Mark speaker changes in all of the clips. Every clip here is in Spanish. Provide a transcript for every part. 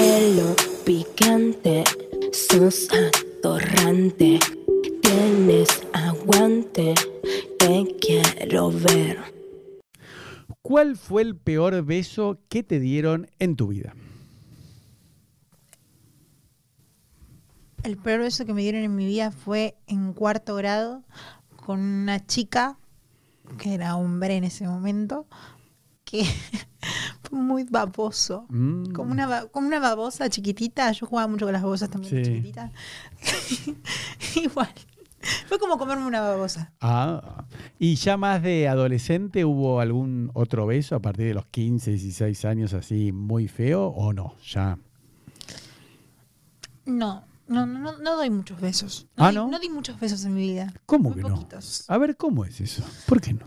Speaker 1: pelo picante, sos atorrante, tienes aguante, te quiero ver.
Speaker 2: ¿Cuál fue el peor beso que te dieron en tu vida?
Speaker 3: El peor beso que me dieron en mi vida fue en cuarto grado con una chica, que era hombre en ese momento, que fue muy baboso.
Speaker 2: Mm.
Speaker 3: Como una, ba- como una babosa chiquitita. Yo jugaba mucho con las babosas también,
Speaker 2: Sí.
Speaker 3: chiquititas. Igual. Fue como comerme una babosa.
Speaker 2: Ah, y ya más de adolescente, ¿hubo algún otro beso a partir de los 15, 16 años así muy feo o no? Ya.
Speaker 3: No, no, no, no, no doy muchos besos.
Speaker 2: Ah,
Speaker 3: di-
Speaker 2: ¿no?
Speaker 3: di muchos besos en mi vida.
Speaker 2: ¿Cómo
Speaker 3: Muy
Speaker 2: que no?
Speaker 3: poquitos.
Speaker 2: A ver, ¿cómo es eso? ¿Por qué no?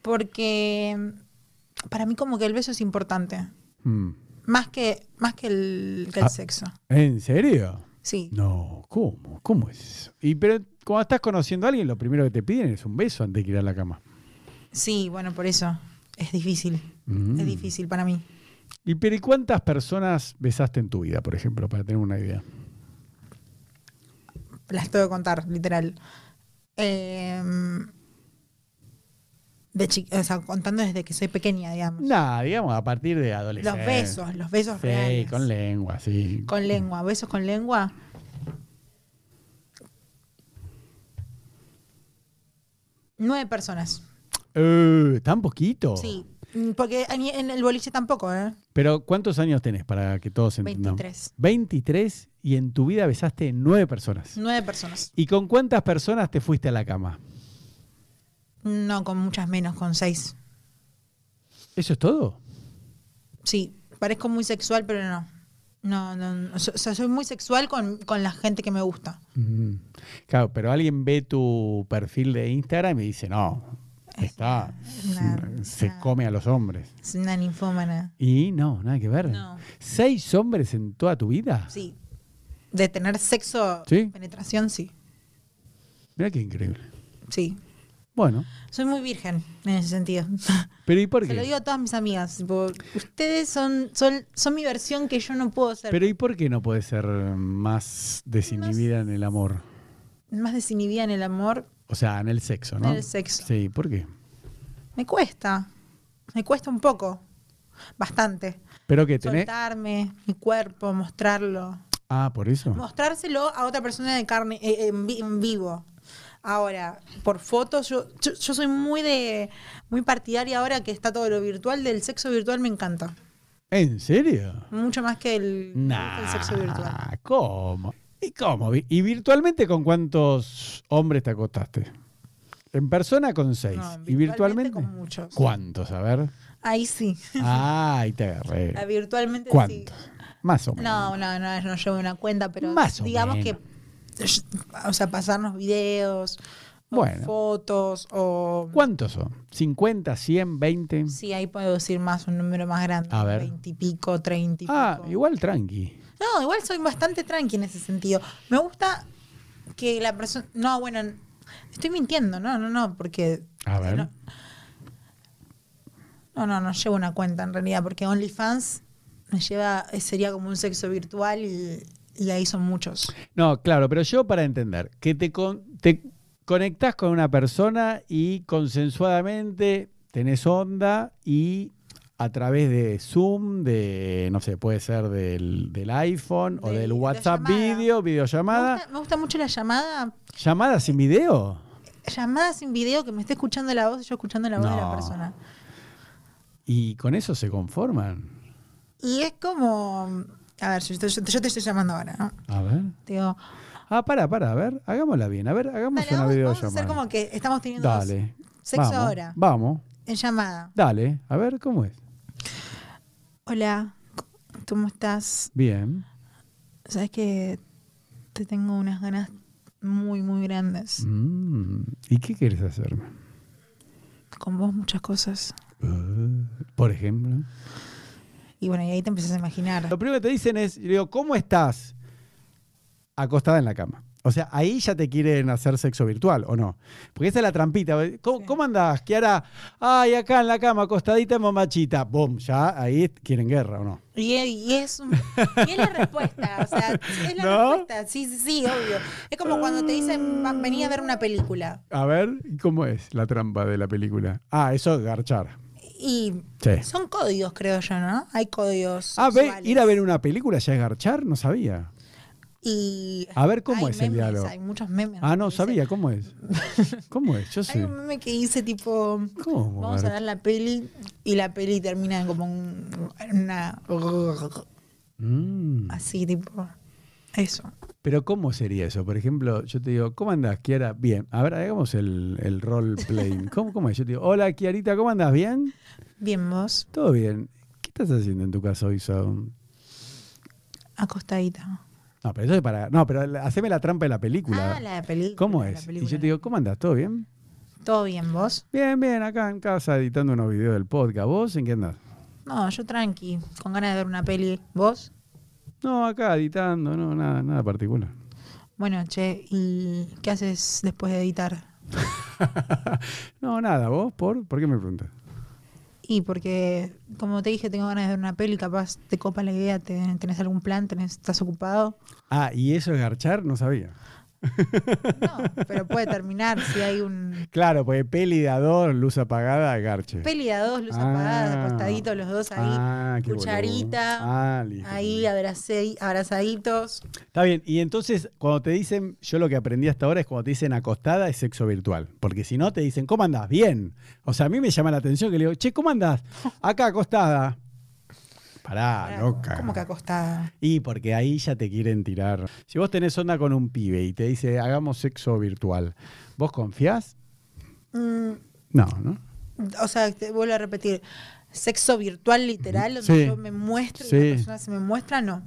Speaker 3: Porque mm, para mí como que el beso es importante.
Speaker 2: Mm.
Speaker 3: Más que, más que el, que el
Speaker 2: Ah.
Speaker 3: sexo.
Speaker 2: ¿En serio?
Speaker 3: Sí.
Speaker 2: No, ¿cómo? ¿Cómo es eso? Y pero cuando estás conociendo a alguien, lo primero que te piden es un beso antes de ir a la cama.
Speaker 3: Sí, bueno, por eso. Es difícil.
Speaker 2: Mm.
Speaker 3: Es difícil para mí.
Speaker 2: ¿Y pero ¿y cuántas personas besaste en tu vida, por ejemplo, para tener una idea?
Speaker 3: Las tengo que contar, literal. Em, de chi- o sea, contando desde que soy pequeña, digamos.
Speaker 2: Nada, digamos, a partir de adolescente.
Speaker 3: Los besos, los besos
Speaker 2: Sí,
Speaker 3: reales.
Speaker 2: con lengua, sí.
Speaker 3: Con lengua, besos con lengua. Nueve personas.
Speaker 2: Eh, ¿Tan poquito?
Speaker 3: Sí. Mm, Porque en en el boliche tampoco, ¿eh?
Speaker 2: Pero ¿cuántos años tenés para que todos entendamos?
Speaker 3: 23.
Speaker 2: 23 y en tu vida besaste nueve personas.
Speaker 3: Nueve personas.
Speaker 2: ¿Y con cuántas personas te fuiste a la cama?
Speaker 3: No, con muchas menos, con seis.
Speaker 2: ¿Eso es todo?
Speaker 3: Sí, parezco muy sexual, pero no. No, no, no. So- O sea, soy muy sexual con, con la gente que me gusta.
Speaker 2: Mm. Claro, pero alguien ve tu perfil de Instagram y dice, no, está,
Speaker 3: una-
Speaker 2: se
Speaker 3: una-
Speaker 2: come a los hombres.
Speaker 3: Es una ninfómana.
Speaker 2: Y no, nada que ver.
Speaker 3: No.
Speaker 2: ¿Seis hombres en toda tu vida?
Speaker 3: Sí. De tener sexo,
Speaker 2: Sí.
Speaker 3: penetración, sí.
Speaker 2: Mira qué increíble.
Speaker 3: Sí.
Speaker 2: Bueno,
Speaker 3: Soy muy virgen en ese sentido.
Speaker 2: pero ¿y por
Speaker 3: Se lo
Speaker 2: qué?
Speaker 3: digo a todas mis amigas. tipo, ustedes son, son, son mi versión que yo no puedo ser.
Speaker 2: Pero ¿y por qué no puedes ser más desinhibida en el amor?
Speaker 3: Más desinhibida en el amor,
Speaker 2: O sea, en el sexo,
Speaker 3: En
Speaker 2: ¿no?
Speaker 3: el sexo.
Speaker 2: Sí, ¿por qué?
Speaker 3: me cuesta. Me cuesta un poco. Bastante.
Speaker 2: Pero que tenés...
Speaker 3: Soltarme, mi cuerpo, mostrarlo.
Speaker 2: Ah, por eso.
Speaker 3: mostrárselo a otra persona de carne eh, en, vi- en vivo. Ahora, por fotos, yo, yo, yo soy muy de muy partidaria ahora que está todo lo virtual, del sexo virtual me encanta.
Speaker 2: ¿En serio?
Speaker 3: Mucho más que el,
Speaker 2: Nah,
Speaker 3: el sexo virtual.
Speaker 2: ¿Cómo? ¿Y cómo? Vi- ¿Y virtualmente con cuántos hombres te acostaste? En persona con seis.
Speaker 3: No,
Speaker 2: ¿Y virtualmente?
Speaker 3: con muchos.
Speaker 2: ¿Cuántos? A ver.
Speaker 3: Ahí sí.
Speaker 2: Ah, ahí te
Speaker 3: Ah,
Speaker 2: agarré.
Speaker 3: Virtualmente sí.
Speaker 2: ¿Cuántos? Más o menos.
Speaker 3: No, no, no, no llevo una cuenta, pero
Speaker 2: Más o
Speaker 3: digamos
Speaker 2: menos.
Speaker 3: que o sea, pasarnos videos, o
Speaker 2: Bueno.
Speaker 3: fotos o
Speaker 2: ¿Cuántos son? ¿50, 100, 20?
Speaker 3: Sí, ahí puedo decir más, un número más grande.
Speaker 2: A ver.
Speaker 3: 20 y pico, 30 y
Speaker 2: Ah,
Speaker 3: pico.
Speaker 2: igual tranqui.
Speaker 3: No, igual soy bastante tranqui en ese sentido. Me gusta que la persona. No, bueno, n- estoy mintiendo, no, no, no, porque.
Speaker 2: A ver.
Speaker 3: No, no, no, no llevo una cuenta en realidad, porque OnlyFans me lleva. eh, Sería como un sexo virtual y, y ahí son muchos.
Speaker 2: No, claro, pero yo para entender, que te, con- te conectás con una persona y consensuadamente tenés onda y a través de Zoom, de, no sé, puede ser del, del iPhone o
Speaker 3: De
Speaker 2: del WhatsApp
Speaker 3: videollamada.
Speaker 2: video,
Speaker 3: Me
Speaker 2: videollamada.
Speaker 3: gusta, me gusta mucho la llamada.
Speaker 2: ¿Llamada sin video?
Speaker 3: Llamada sin video, que me esté escuchando la voz y yo escuchando la voz
Speaker 2: No.
Speaker 3: de la persona.
Speaker 2: Y con eso se conforman.
Speaker 3: Y es como. A ver, yo, yo- yo te estoy llamando ahora, ¿no?
Speaker 2: A ver.
Speaker 3: Te digo,
Speaker 2: Ah, para, para, a ver, hagámosla bien. A ver, hagamos
Speaker 3: dale,
Speaker 2: una
Speaker 3: vamos, vamos a
Speaker 2: videollamada.
Speaker 3: hacer como que estamos teniendo
Speaker 2: Dale.
Speaker 3: sexo
Speaker 2: vamos,
Speaker 3: ahora.
Speaker 2: Vamos,
Speaker 3: en llamada.
Speaker 2: dale. A ver, ¿cómo es?
Speaker 3: Hola, ¿cómo estás?
Speaker 2: Bien.
Speaker 3: Sabes que te tengo unas ganas muy, muy grandes.
Speaker 2: Mm, ¿Y qué quieres hacerme?
Speaker 3: Con vos muchas cosas.
Speaker 2: Ah, Por ejemplo.
Speaker 3: Y bueno, y ahí te empiezas a imaginar.
Speaker 2: Lo primero que te dicen es, le digo, ¿cómo estás? Acostada en la cama. O sea, ahí ya te quieren hacer sexo virtual, ¿o no? Porque esa es la trampita. ¿Cómo, cómo andás, Kiara? Ay, acá en la cama, acostadita en mamachita. Boom, ya ahí quieren guerra, ¿o no?
Speaker 3: Y, es- y es, un- y es la respuesta, o sea, es la
Speaker 2: ¿No?
Speaker 3: respuesta, sí, sí, sí, obvio. Es como cuando te dicen, "Va- vení a ver una película.
Speaker 2: A ver, ¿y ¿cómo es la trampa de la película? Ah, eso es garchar.
Speaker 3: Y
Speaker 2: Sí.
Speaker 3: son códigos, creo yo, ¿no? Hay códigos.
Speaker 2: Ah, ve,
Speaker 3: sexuales.
Speaker 2: ir a ver una película ya es garchar, no sabía.
Speaker 3: Y
Speaker 2: A ver cómo
Speaker 3: hay
Speaker 2: es el
Speaker 3: memes,
Speaker 2: diálogo.
Speaker 3: Hay muchos memes.
Speaker 2: Ah, no,
Speaker 3: Dice-
Speaker 2: sabía, ¿cómo es? ¿Cómo es? Yo
Speaker 3: Hay
Speaker 2: sé.
Speaker 3: un meme que dice tipo,
Speaker 2: ¿Cómo?
Speaker 3: vamos a
Speaker 2: garchar?
Speaker 3: ver la peli y la peli termina como un- una...
Speaker 2: Mm.
Speaker 3: Así, tipo... Eso.
Speaker 2: Pero ¿cómo sería eso? Por ejemplo, yo te digo, ¿cómo andás, Kiara? Bien. A ver, hagamos el, el role playing. ¿Cómo, ¿Cómo es? Yo te digo, hola, Kiarita, ¿cómo andás? ¿Bien?
Speaker 3: Bien, vos,
Speaker 2: Todo bien. ¿Qué estás haciendo en tu casa hoy, Saúl?
Speaker 3: acostadita.
Speaker 2: No, pero eso es para... No, pero la- haceme la trampa de la película.
Speaker 3: Ah, la película.
Speaker 2: ¿Cómo
Speaker 3: la
Speaker 2: es? Y
Speaker 3: película.
Speaker 2: yo te digo, ¿cómo andás? ¿Todo bien?
Speaker 3: ¿Todo bien, vos?
Speaker 2: Bien, bien, acá en casa editando unos videos del podcast. ¿Vos en qué andás?
Speaker 3: No, yo tranqui, con ganas de ver una peli. ¿Vos?
Speaker 2: No, acá editando, no, nada, nada particular.
Speaker 3: Bueno, che, ¿y qué haces después de editar?
Speaker 2: no, nada, ¿vos? ¿Por, ¿por qué me preguntas?
Speaker 3: Y porque, como te dije, tengo ganas de ver una peli, capaz te copa la idea, te- tenés algún plan, tenés, estás ocupado.
Speaker 2: Ah, ¿y eso es garchar? No sabía.
Speaker 3: No, pero puede terminar si hay un
Speaker 2: Claro, porque peli de a dos, luz apagada, garche.
Speaker 3: peli de a dos, luz
Speaker 2: Ah.
Speaker 3: apagada, acostaditos los dos ahí,
Speaker 2: Ah, qué boludo.
Speaker 3: cucharita,
Speaker 2: Ah, listo.
Speaker 3: ahí abracé- abrazaditos.
Speaker 2: Está bien, y entonces cuando te dicen, yo lo que aprendí hasta ahora es cuando te dicen acostada es sexo virtual, porque si no te dicen, ¿cómo andás? Bien. O sea, a mí me llama la atención que le digo, che, ¿cómo andás? Acá acostada. Pará, loca.
Speaker 3: Como que acostada.
Speaker 2: Y porque ahí ya te quieren tirar. Si vos tenés onda con un pibe y te dice, hagamos sexo virtual, ¿vos confiás?
Speaker 3: Mm,
Speaker 2: No, ¿no?
Speaker 3: O sea, te vuelvo a repetir, sexo virtual literal, donde
Speaker 2: Sí.
Speaker 3: yo me muestro y
Speaker 2: Sí.
Speaker 3: la persona se me muestra, no.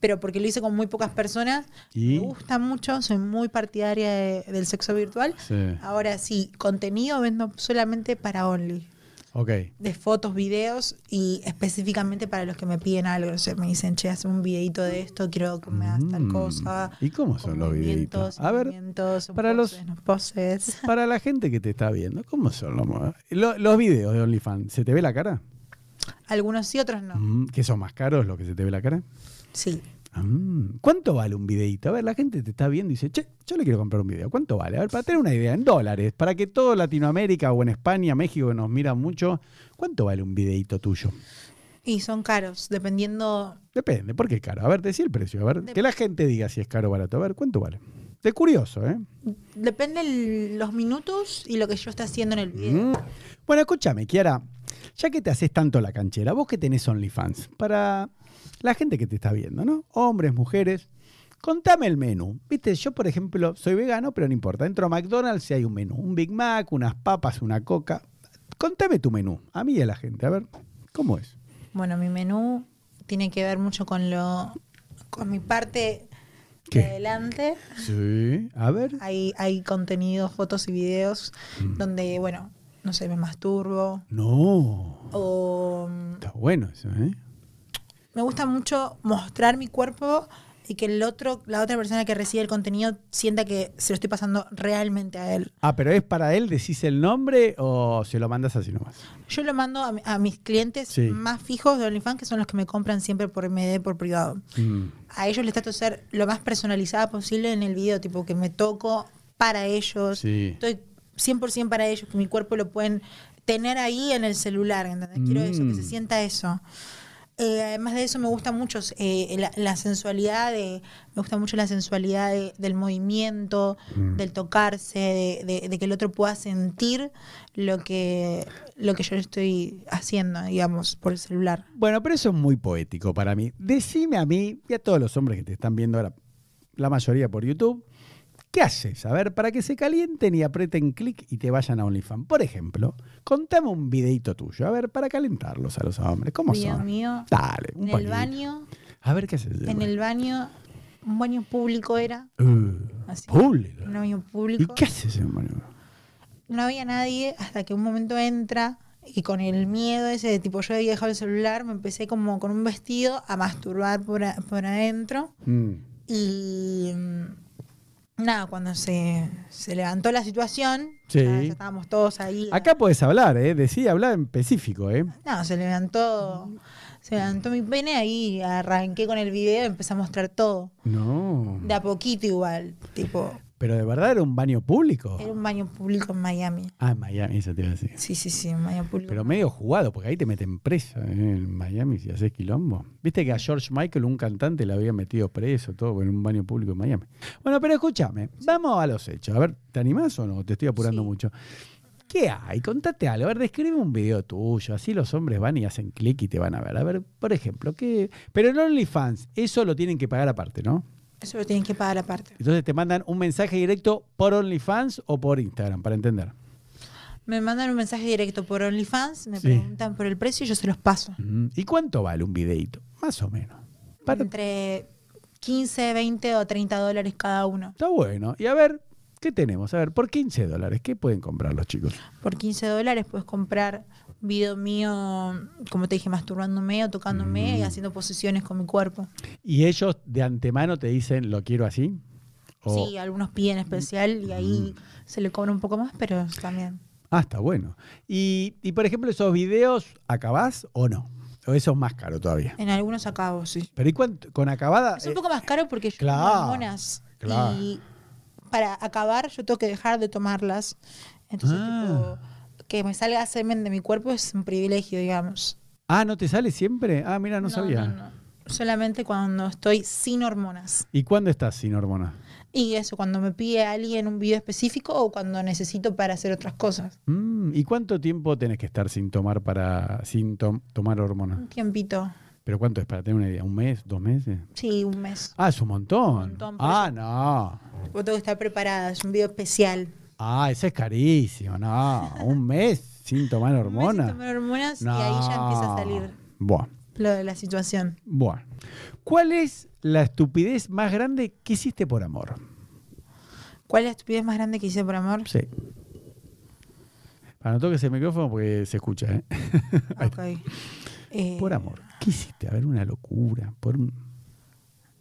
Speaker 3: Pero porque lo hice con muy pocas personas,
Speaker 2: Y-
Speaker 3: me gusta mucho, soy muy partidaria de- del sexo virtual.
Speaker 2: Sí.
Speaker 3: Ahora sí, contenido vendo solamente para Only,
Speaker 2: Ok.
Speaker 3: de fotos, videos y específicamente para los que me piden algo. O sea, me dicen, che, hazme un videito de esto, quiero que me hagas tal
Speaker 2: Mm.
Speaker 3: cosa.
Speaker 2: ¿Y cómo son
Speaker 3: con
Speaker 2: los
Speaker 3: movimientos,
Speaker 2: videitos? A ver,
Speaker 3: movimientos, un
Speaker 2: para los-
Speaker 3: poses, no poses.
Speaker 2: Para la gente que te está viendo, ¿cómo son los, mo- lo- los videos de OnlyFans? ¿Se te ve la cara?
Speaker 3: Algunos sí, otros no.
Speaker 2: Mm, ¿Que son más caros los que se te ve la cara?
Speaker 3: Sí.
Speaker 2: Ah, mm. ¿Cuánto vale un videito? A ver, la gente te está viendo y dice, che, yo le quiero comprar un video. ¿Cuánto vale? A ver, para tener una idea, en dólares, para que todo Latinoamérica o en España, México, que nos mira mucho, ¿cuánto vale un videito tuyo?
Speaker 3: Y son caros, dependiendo.
Speaker 2: Depende, ¿por qué es caro? A ver, decí el precio, a ver,
Speaker 3: Dep-
Speaker 2: que la gente diga si es caro o barato. A ver, ¿cuánto vale? De curioso, ¿eh?
Speaker 3: Depende el- los minutos y lo que yo esté haciendo en el video.
Speaker 2: Mm. Bueno, escúchame, Kiara, ya que te haces tanto la canchera, vos que tenés OnlyFans, para la gente que te está viendo, ¿no? Hombres, mujeres, contame el menú. Viste, yo, por ejemplo, soy vegano, pero no importa. Entro a McDonald's y hay un menú, un Big Mac, unas papas, una coca. Contame tu menú, a mí y a la gente, a ver, ¿cómo es?
Speaker 3: Bueno, mi menú tiene que ver mucho con lo con mi parte
Speaker 2: ¿Qué?
Speaker 3: de adelante.
Speaker 2: Sí, a ver.
Speaker 3: Hay, hay contenido, fotos y videos donde, bueno, no sé, me masturbo.
Speaker 2: No,
Speaker 3: O mm,
Speaker 2: está bueno eso, ¿eh?
Speaker 3: me gusta mucho mostrar mi cuerpo y que el otro, la otra persona que recibe el contenido sienta que se lo estoy pasando realmente a él.
Speaker 2: Ah, pero es para él, decís el nombre o se lo mandas así nomás.
Speaker 3: Yo lo mando a, mi- a mis clientes
Speaker 2: Sí.
Speaker 3: más fijos de OnlyFans, que son los que me compran siempre por MD, por privado.
Speaker 2: Mm.
Speaker 3: A ellos les trato de ser lo más personalizada posible en el video, tipo que me toco para ellos.
Speaker 2: Sí.
Speaker 3: Estoy 100% para ellos, que mi cuerpo lo pueden tener ahí en el celular, ¿entendés? Quiero eso, que se
Speaker 2: Mm.
Speaker 3: sienta eso. Eh, además de eso me gusta mucho eh, la, la sensualidad de me gusta mucho la sensualidad de- del movimiento
Speaker 2: Mm.
Speaker 3: del tocarse de, de- de que el otro pueda sentir lo que lo que yo le estoy haciendo digamos por el celular
Speaker 2: Bueno, pero eso es muy poético para mí. Decime a mí y a todos los hombres que te están viendo ahora, la mayoría por YouTube, ¿qué haces? A ver, para que se calienten y aprieten clic y te vayan a OnlyFans. Por ejemplo, contame un videito tuyo, a ver, para calentarlos a los hombres. ¿Cómo
Speaker 3: Video
Speaker 2: son?
Speaker 3: mío
Speaker 2: Dale, un
Speaker 3: en el
Speaker 2: pañuelo.
Speaker 3: baño
Speaker 2: A ver qué haces.
Speaker 3: en el baño un baño público era
Speaker 2: Uh,
Speaker 3: Así.
Speaker 2: público.
Speaker 3: un baño
Speaker 2: ¿Y
Speaker 3: público
Speaker 2: qué haces en el baño?
Speaker 3: no había nadie hasta que un momento entra y con el miedo ese de tipo yo había dejado el celular me empecé como con un vestido a masturbar por, a- por adentro
Speaker 2: Mm.
Speaker 3: y mm, Nada, cuando se, se levantó la situación,
Speaker 2: Sí.
Speaker 3: ya- ya estábamos todos ahí.
Speaker 2: Acá podés hablar, ¿eh? Decí hablar en específico, ¿eh?
Speaker 3: No, se levantó, se levantó mi pene, ahí arranqué con el video, empecé a mostrar todo.
Speaker 2: No.
Speaker 3: De a poquito igual, tipo,
Speaker 2: Pero de verdad era un baño público.
Speaker 3: era un baño público en Miami.
Speaker 2: Ah, en Miami, eso te iba a decir.
Speaker 3: Sí, sí, sí, un baño público.
Speaker 2: Pero medio jugado, porque ahí te meten preso ¿eh? en Miami si haces quilombo. Viste que a George Michael, un cantante, le había metido preso, todo, en un baño público en Miami. Bueno, pero escúchame, vamos a los hechos. A ver, ¿te animás o no? Te estoy apurando
Speaker 3: Sí.
Speaker 2: mucho. ¿Qué hay? Contate algo. A ver, describe un video tuyo. Así los hombres van y hacen clic y te van a ver. A ver, por ejemplo, ¿qué? Pero en OnlyFans, eso lo tienen que pagar aparte, ¿no?
Speaker 3: Eso lo tienen que pagar aparte.
Speaker 2: Entonces te mandan un mensaje directo por OnlyFans o por Instagram, para entender.
Speaker 3: Me mandan un mensaje directo por OnlyFans, me
Speaker 2: Sí.
Speaker 3: preguntan por el precio y yo se los paso.
Speaker 2: Mm, ¿Y cuánto vale un videito? Más o menos. Para-
Speaker 3: Entre 15, 20 o 30 dólares cada uno.
Speaker 2: Está bueno. Y a ver, ¿qué tenemos? A ver, por 15 dólares, ¿qué pueden comprar los chicos?
Speaker 3: Por 15 dólares puedes comprar video mío, como te dije, masturbándome o tocándome y
Speaker 2: Mm.
Speaker 3: haciendo posiciones con mi cuerpo.
Speaker 2: ¿Y ellos de antemano te dicen, lo quiero así? O- Mm.
Speaker 3: Sí, algunos piden especial y ahí se le cobra un poco más, pero también.
Speaker 2: Ah, está bueno. Y, y, por ejemplo, esos videos, ¿acabás o no? O eso es más caro todavía.
Speaker 3: En algunos acabo, sí.
Speaker 2: Pero ¿y cuánto? ¿Con acabada?
Speaker 3: Es un
Speaker 2: eh,
Speaker 3: poco más caro porque yo
Speaker 2: claro,
Speaker 3: tomo hormonas.
Speaker 2: claro.
Speaker 3: Y para acabar, yo tengo que dejar de tomarlas. Entonces,
Speaker 2: Ah.
Speaker 3: tipo, que me salga semen de mi cuerpo es un privilegio, digamos.
Speaker 2: Ah, ¿no te sale siempre? Ah, mira, no, sabía.
Speaker 3: no, no. Solamente cuando estoy sin hormonas.
Speaker 2: ¿Y cuándo estás sin hormonas?
Speaker 3: Y eso, cuando me pide alguien un video específico o cuando necesito para hacer otras cosas.
Speaker 2: Mm, ¿Y cuánto tiempo tenés que estar sin tomar para sin tom- tomar hormonas?
Speaker 3: Un tiempito.
Speaker 2: ¿Pero cuánto es para tener una idea? ¿Un mes? ¿Dos meses?
Speaker 3: Sí, un mes.
Speaker 2: Ah, es un montón.
Speaker 3: montón, por
Speaker 2: ah, no.
Speaker 3: Vos tengo que estar preparada, es un video especial.
Speaker 2: Ah, ese es carísimo. No, un mes sin tomar
Speaker 3: Un mes
Speaker 2: hormonas.
Speaker 3: sin tomar hormonas
Speaker 2: No.
Speaker 3: y ahí ya empieza a salir
Speaker 2: Buah,
Speaker 3: lo de la situación.
Speaker 2: buah. ¿Cuál es la estupidez más grande que hiciste por amor?
Speaker 3: ¿Cuál es la estupidez más grande que hice por amor?
Speaker 2: Sí. Para no toques el micrófono porque se escucha, ¿eh? Ahí está.
Speaker 3: Ok. Eh,
Speaker 2: Por amor. ¿Qué hiciste? A ver, una locura. Por un-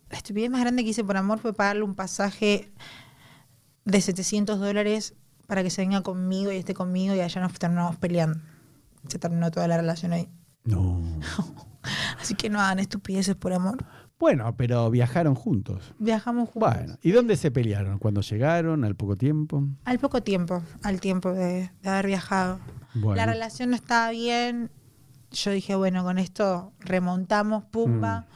Speaker 3: La estupidez este más grande que hice por amor fue pagarle un pasaje de 700 dólares para que se venga conmigo y esté conmigo y allá nos terminamos peleando. Se terminó toda la relación ahí.
Speaker 2: No.
Speaker 3: Así que no hagan estupideces por amor.
Speaker 2: Bueno, pero viajaron juntos.
Speaker 3: Viajamos juntos.
Speaker 2: Bueno, ¿y dónde se pelearon? ¿Cuando llegaron? ¿Al poco tiempo?
Speaker 3: Al poco tiempo, al tiempo de, de haber viajado.
Speaker 2: Bueno.
Speaker 3: La relación no estaba bien. Yo dije, bueno, con esto remontamos,
Speaker 2: Mm.
Speaker 3: pumba.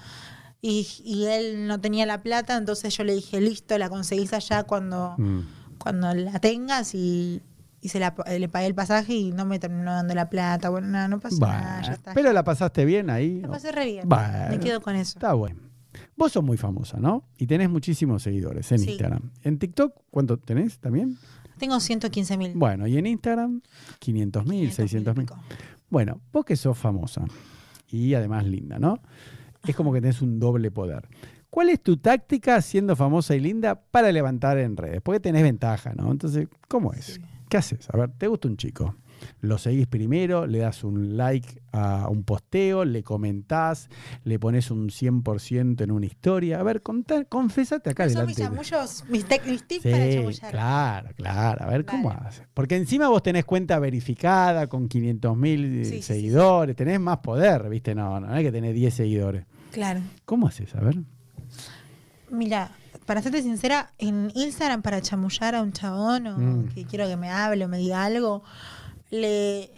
Speaker 3: Y, y él no tenía la plata, entonces yo le dije, listo, la conseguís allá cuando,
Speaker 2: Mm.
Speaker 3: cuando la tengas y, y se la, le pagué el pasaje y no me terminó dando la plata. Bueno, nada, no pasó nada,
Speaker 2: Bueno,
Speaker 3: ya está.
Speaker 2: pero la pasaste bien ahí.
Speaker 3: la pasé re bien.
Speaker 2: Bueno.
Speaker 3: Me quedo con eso.
Speaker 2: Está bueno. Vos sos muy famosa, ¿no? Y tenés muchísimos seguidores en
Speaker 3: Sí.
Speaker 2: Instagram. ¿En TikTok cuánto tenés también?
Speaker 3: Tengo 115 mil.
Speaker 2: Bueno, y en Instagram 500 mil, 600 mil. Bueno, vos que sos famosa y además linda, ¿no? Es como que tenés un doble poder. ¿Cuál es tu táctica siendo famosa y linda para levantar en redes? Porque tenés ventaja, ¿no? Entonces, ¿cómo es? ¿Qué haces? A ver, ¿te gusta un chico? Lo seguís primero, le das un like a un posteo, le comentás, le pones un 100% en una historia. A ver, contá, confesate acá
Speaker 3: Son mis
Speaker 2: delante. de-
Speaker 3: chamullos, mis, tec- mis tips para
Speaker 2: pues. Sí,
Speaker 3: chamullar.
Speaker 2: claro, claro. A ver cómo
Speaker 3: Vale.
Speaker 2: haces. Porque encima vos tenés cuenta verificada con 500 mil eh,
Speaker 3: Sí, sí, sí,
Speaker 2: seguidores, tenés más poder, ¿viste? No, no, no es que tenés 10 seguidores.
Speaker 3: Claro.
Speaker 2: ¿Cómo haces? A ver.
Speaker 3: Mira, para serte sincera, en Instagram para chamullar a un chabón o
Speaker 2: Mm.
Speaker 3: que quiero que me hable o me diga algo, le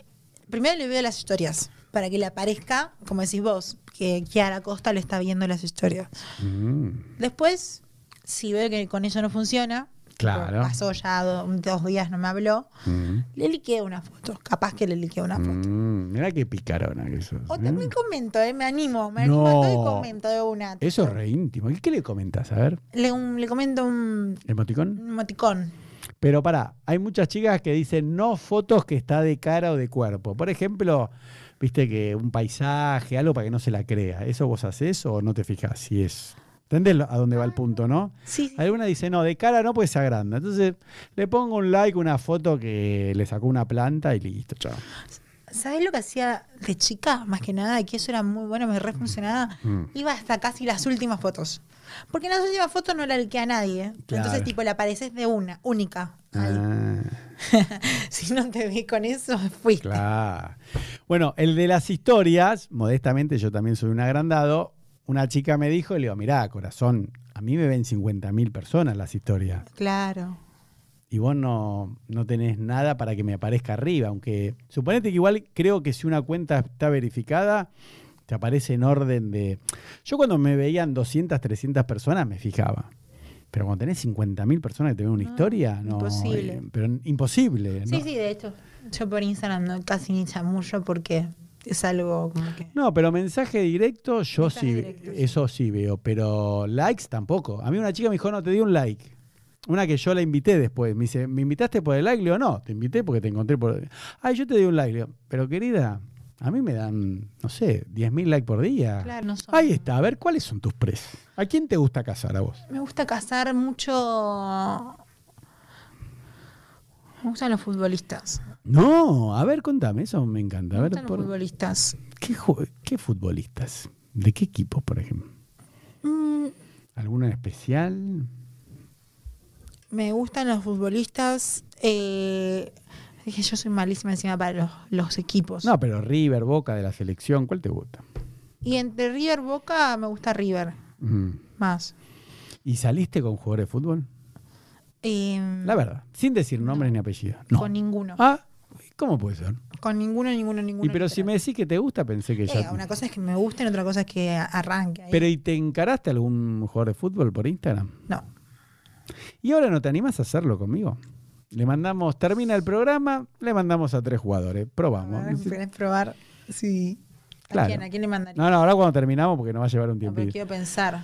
Speaker 3: primero le veo las historias para que le aparezca, como decís vos, que Kiara Costa le está viendo las historias.
Speaker 2: Mm,
Speaker 3: Después, si veo que con eso no funciona, tipo,
Speaker 2: Claro.
Speaker 3: pasó ya do- dos días, no me habló,
Speaker 2: mm,
Speaker 3: le liqueo una foto, capaz que le liqueo una foto.
Speaker 2: mm. Mirá qué picarona que sos.
Speaker 3: O
Speaker 2: ¿eh?
Speaker 3: también comento, eh, me animo, me
Speaker 2: No.
Speaker 3: animo todo y comento de una.
Speaker 2: Eso es re íntimo. ¿Y qué le comentás? A ver,
Speaker 3: Le, un- le comento un,
Speaker 2: emoticón.
Speaker 3: un emoticón.
Speaker 2: Pero pará, hay muchas chicas que dicen no fotos que está de cara o de cuerpo. Por ejemplo, viste que un paisaje, algo para que no se la crea. ¿Eso vos haces o no te fijas si es? ¿Entendés lo- a dónde va el punto, no?
Speaker 3: Sí, sí,
Speaker 2: Alguna dice, no, de cara no, pues se agranda. Entonces, le pongo un like, una foto que le sacó una planta y listo, chao.
Speaker 3: ¿Sabés lo que hacía de chica? Más que nada, que eso era muy bueno, me re funcionaba.
Speaker 2: Mm.
Speaker 3: Iba hasta casi las últimas fotos. Porque en las últimas fotos no la alquea a nadie. ¿eh?
Speaker 2: Claro.
Speaker 3: Entonces, tipo, la apareces de una, única. Ahí.
Speaker 2: Ah,
Speaker 3: si no te vi con eso, fuiste.
Speaker 2: claro. Bueno, el de las historias, modestamente yo también soy un agrandado. Una chica me dijo, y le digo, mirá, corazón, a mí me ven 50.000 personas las historias.
Speaker 3: Claro.
Speaker 2: y vos no, no tenés nada para que me aparezca arriba, aunque suponete que igual creo que si una cuenta está verificada, te aparece en orden de... Yo cuando me veían 200, 300 personas me fijaba. Pero cuando tenés 50.000 personas que te ven una
Speaker 3: No,
Speaker 2: historia, no...
Speaker 3: Ah, imposible.
Speaker 2: eh, pero imposible.
Speaker 3: Sí,
Speaker 2: no.
Speaker 3: sí, de hecho. Yo por Instagram no, casi ni chamuyo porque es algo como que.
Speaker 2: No, pero mensaje directo, yo
Speaker 3: Mensaje
Speaker 2: sí,
Speaker 3: directo, sí.
Speaker 2: eso sí veo, pero likes tampoco. A mí una chica me dijo, no, te di un like. Una que yo la invité después, me dice, ¿me invitaste por el like? Le digo, no, te invité porque te encontré por... Ay, yo te di un like. Le digo, pero querida, a mí me dan, no sé, 10.000 likes por día.
Speaker 3: Claro, no son-
Speaker 2: Ahí está, a ver, ¿cuáles son tus precios? ¿A quién te gusta casar a vos?
Speaker 3: Me gusta cazar mucho. Me gustan los futbolistas.
Speaker 2: No, a ver, contame, eso me encanta.
Speaker 3: Me
Speaker 2: A ver,
Speaker 3: gustan
Speaker 2: por-
Speaker 3: los futbolistas.
Speaker 2: ¿qué, ju- ¿qué futbolistas? ¿De qué equipos, por ejemplo?
Speaker 3: Mm,
Speaker 2: ¿Alguno en especial?
Speaker 3: me gustan los futbolistas. Eh, es que yo soy malísima encima para los, los equipos.
Speaker 2: No, pero River, Boca de la selección, ¿cuál te gusta?
Speaker 3: Y entre River Boca me gusta River
Speaker 2: Mm.
Speaker 3: más.
Speaker 2: ¿Y saliste con jugadores de fútbol?
Speaker 3: Em,
Speaker 2: La verdad, sin decir nombres ni apellidos. No.
Speaker 3: Con ninguno.
Speaker 2: Ah, ¿cómo puede ser?
Speaker 3: Con ninguno, ninguno, ninguno.
Speaker 2: Y pero si me
Speaker 3: literal.
Speaker 2: decís que te gusta, pensé que
Speaker 3: Eh,
Speaker 2: ya.
Speaker 3: una cosa es que me gusten, otra cosa es que a- arranque. ahí.
Speaker 2: Pero ¿y te encaraste a algún jugador de fútbol por Instagram?
Speaker 3: no.
Speaker 2: ¿Y ahora no te animas a hacerlo conmigo? Le mandamos, termina el programa, le mandamos a tres jugadores. Probamos.
Speaker 3: Ahora, si querés probar si.
Speaker 2: Claro.
Speaker 3: ¿A, quién, ¿A quién le mandaría?
Speaker 2: No, no, ahora cuando terminamos, porque nos va a llevar un
Speaker 3: No, pero
Speaker 2: tiempito.
Speaker 3: quiero pensar.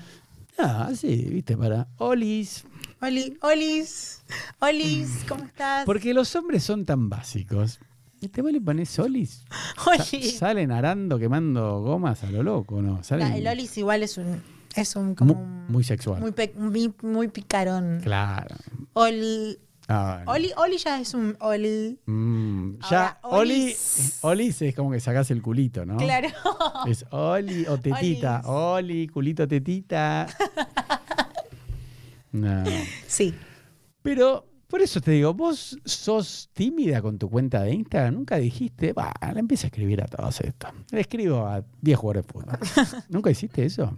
Speaker 2: Ah, sí, viste, para. Olis.
Speaker 3: Oli, Olis, Olis, ¿cómo estás?
Speaker 2: Porque los hombres son tan básicos. ¿Y te vale poner Olis? Sa-
Speaker 3: Olis.
Speaker 2: Salen arando, quemando gomas a lo loco, ¿no? Salen
Speaker 3: Nah, el Olis igual es un. Es un.
Speaker 2: mu-
Speaker 3: Como
Speaker 2: muy,
Speaker 3: un-
Speaker 2: sexual.
Speaker 3: muy, pe- muy, muy picarón.
Speaker 2: claro.
Speaker 3: Oli,
Speaker 2: Ah, bueno.
Speaker 3: Oli, Oli ya es un. Oli.
Speaker 2: Mm, ya,
Speaker 3: Ahora,
Speaker 2: Oli,
Speaker 3: olis.
Speaker 2: Olis es como que sacás el culito, ¿no?
Speaker 3: Claro.
Speaker 2: Es Oli o tetita.
Speaker 3: Olis.
Speaker 2: Oli, culito, tetita. No.
Speaker 3: Sí.
Speaker 2: Pero por eso te digo, vos sos tímida con tu cuenta de Instagram. Nunca dijiste, va, le empiezo a escribir a todos estos. Le escribo a 10 jugadores de fútbol. ¿Nunca hiciste eso?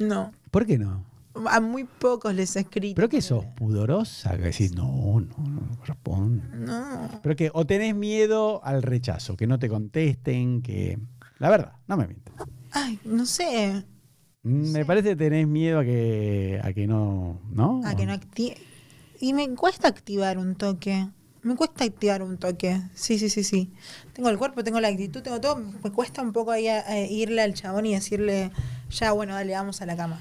Speaker 3: No.
Speaker 2: ¿Por qué no?
Speaker 3: A muy pocos les he escrito.
Speaker 2: ¿Pero qué sos? ¿Pudorosa? Que decís, no, no, no, no corresponde.
Speaker 3: No.
Speaker 2: Pero que, o tenés miedo al rechazo, que no te contesten, que. La verdad, no me mientas.
Speaker 3: Ay, no sé.
Speaker 2: Mm, Me
Speaker 3: Sí.
Speaker 2: parece que tenés miedo a que, a que no. ¿No?
Speaker 3: A que no acti- Y me cuesta activar un toque. Me cuesta activar un toque. Sí, sí, sí, sí. Tengo el cuerpo, tengo la actitud, tengo todo. Me cuesta un poco ahí a- a irle al chabón y decirle, ya, bueno, dale, vamos a la cama.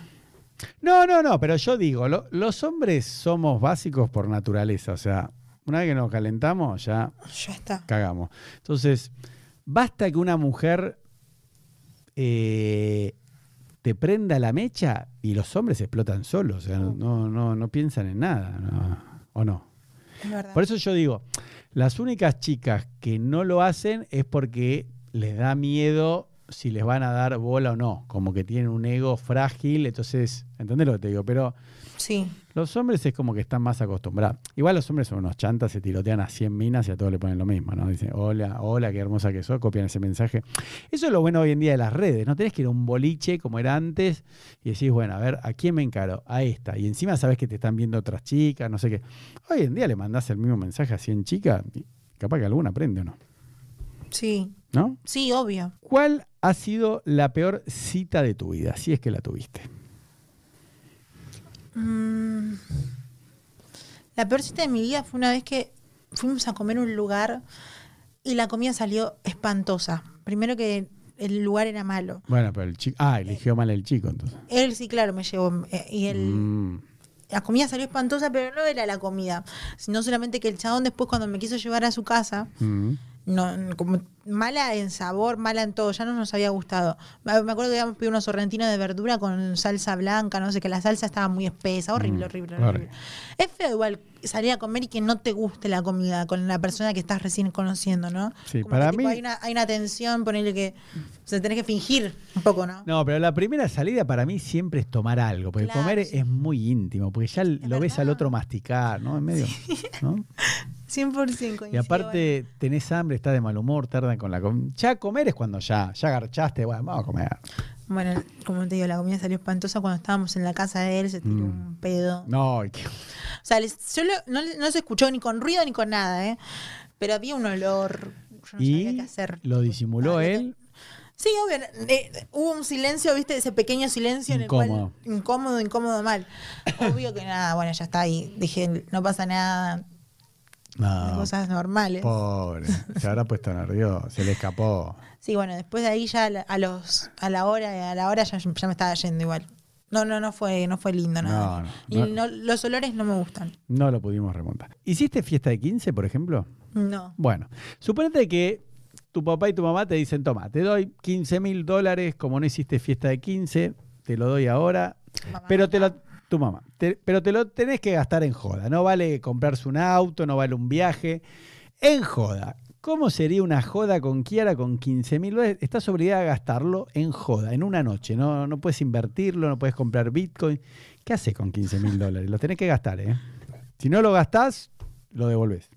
Speaker 2: No, no, no, pero yo digo, lo- los hombres somos básicos por naturaleza. O sea, una vez que nos calentamos, ya
Speaker 3: Ya está.
Speaker 2: cagamos. Entonces, basta que una mujer eh, te prenda la mecha y los hombres explotan solos. O sea, no, no, no, no piensan en nada, ¿no? ¿o no?
Speaker 3: Es verdad.
Speaker 2: Por eso yo digo, las únicas chicas que no lo hacen es porque les da miedo si les van a dar bola o no. Como que tienen un ego frágil, entonces, ¿entendés lo que te digo? Pero
Speaker 3: Sí.
Speaker 2: los hombres es como que están más acostumbrados. Igual los hombres son unos chantas, se tirotean a 100 minas y a todos le ponen lo mismo, ¿no? Dicen, hola, hola, qué hermosa que sos, copian ese mensaje. Eso es lo bueno hoy en día de las redes, no tenés que ir a un boliche como era antes y decís, bueno, a ver, ¿a quién me encaro? A esta. Y encima sabes que te están viendo otras chicas, no sé qué. Hoy en día le mandás el mismo mensaje a 100 chicas y capaz que alguna aprende o no,
Speaker 3: Sí.
Speaker 2: ¿no?
Speaker 3: Sí, obvio.
Speaker 2: ¿Cuál ha sido la peor cita de tu vida, si es que la tuviste?
Speaker 3: Mm. La peor cita de mi vida fue una vez que fuimos a comer a un lugar y la comida salió espantosa. Primero que el lugar era malo.
Speaker 2: Bueno, pero el chico... Ah, eligió mal el chico, entonces.
Speaker 3: Él sí, claro, me llevó. eh, Y él.
Speaker 2: Mm.
Speaker 3: La comida salió espantosa, pero no era la comida, sino solamente que el chabón después cuando me quiso llevar a su casa,
Speaker 2: Mm.
Speaker 3: no, como mala en sabor, mala en todo, ya no nos había gustado. Me me acuerdo que habíamos pedido unos sorrentinos de verdura con salsa blanca, no sé, que la salsa estaba muy espesa, horrible,
Speaker 2: Mm,
Speaker 3: horrible,
Speaker 2: claro.
Speaker 3: horrible. Es feo igual salir a comer y que no te guste la comida con la persona que estás recién conociendo, ¿no?
Speaker 2: Sí,
Speaker 3: Como
Speaker 2: para
Speaker 3: que, tipo,
Speaker 2: mí-
Speaker 3: hay una, hay una tensión, ponerle que. O sea, tenés que fingir un poco, ¿no?
Speaker 2: No, pero la primera salida para mí siempre es tomar algo, porque
Speaker 3: Claro,
Speaker 2: comer
Speaker 3: sí.
Speaker 2: es muy íntimo, porque ya lo ves al
Speaker 3: verdad.
Speaker 2: otro masticar, ¿no? En medio. ¿no?
Speaker 3: 100%
Speaker 2: Y aparte tenés hambre, estás de mal humor, tardan con la comida. Ya comer es cuando ya, ya garchaste, bueno, vamos a comer.
Speaker 3: Bueno, como te digo, la comida salió espantosa cuando estábamos en la casa de él, se tiró
Speaker 2: Mm.
Speaker 3: un pedo.
Speaker 2: No, y que-
Speaker 3: O sea, les- yo lo- no, no se escuchó ni con ruido ni con nada, ¿eh? Pero había un olor. Yo no sabía
Speaker 2: y
Speaker 3: qué hacer. Ah,
Speaker 2: lo disimuló
Speaker 3: Había que-
Speaker 2: él.
Speaker 3: Sí, obvio. eh, hubo un silencio, ¿viste? Ese pequeño silencio
Speaker 2: Incómodo.
Speaker 3: en el cual. Incómodo, incómodo, mal. Obvio que nada, bueno, ya está ahí. Dije, no pasa nada,
Speaker 2: No,
Speaker 3: cosas normales.
Speaker 2: Ah, pobre, se habrá puesto nervioso, se le escapó.
Speaker 3: Sí, bueno, después de ahí ya a la- a los a la hora, a la hora ya, ya me estaba yendo igual. No, no, no fue, no fue lindo nada.
Speaker 2: No, no,
Speaker 3: Y no- los olores no me gustan.
Speaker 2: No lo pudimos remontar. ¿Hiciste fiesta de 15, por ejemplo?
Speaker 3: No.
Speaker 2: Bueno, suponete que tu papá y tu mamá te dicen, toma, te doy 15 mil dólares, como no hiciste fiesta de 15, te lo doy ahora,
Speaker 3: Mamá.
Speaker 2: pero te lo... Tu mamá, te- pero te lo tenés que gastar en joda. No vale comprarse un auto, no vale un viaje. En joda. ¿Cómo sería una joda con Kiara con 15 mil dólares? Estás obligada a gastarlo en joda, en una noche. No, no puedes invertirlo, no puedes comprar Bitcoin. ¿Qué haces con 15 mil dólares? Lo tenés que gastar, ¿eh? Si no lo gastás, lo devolvés.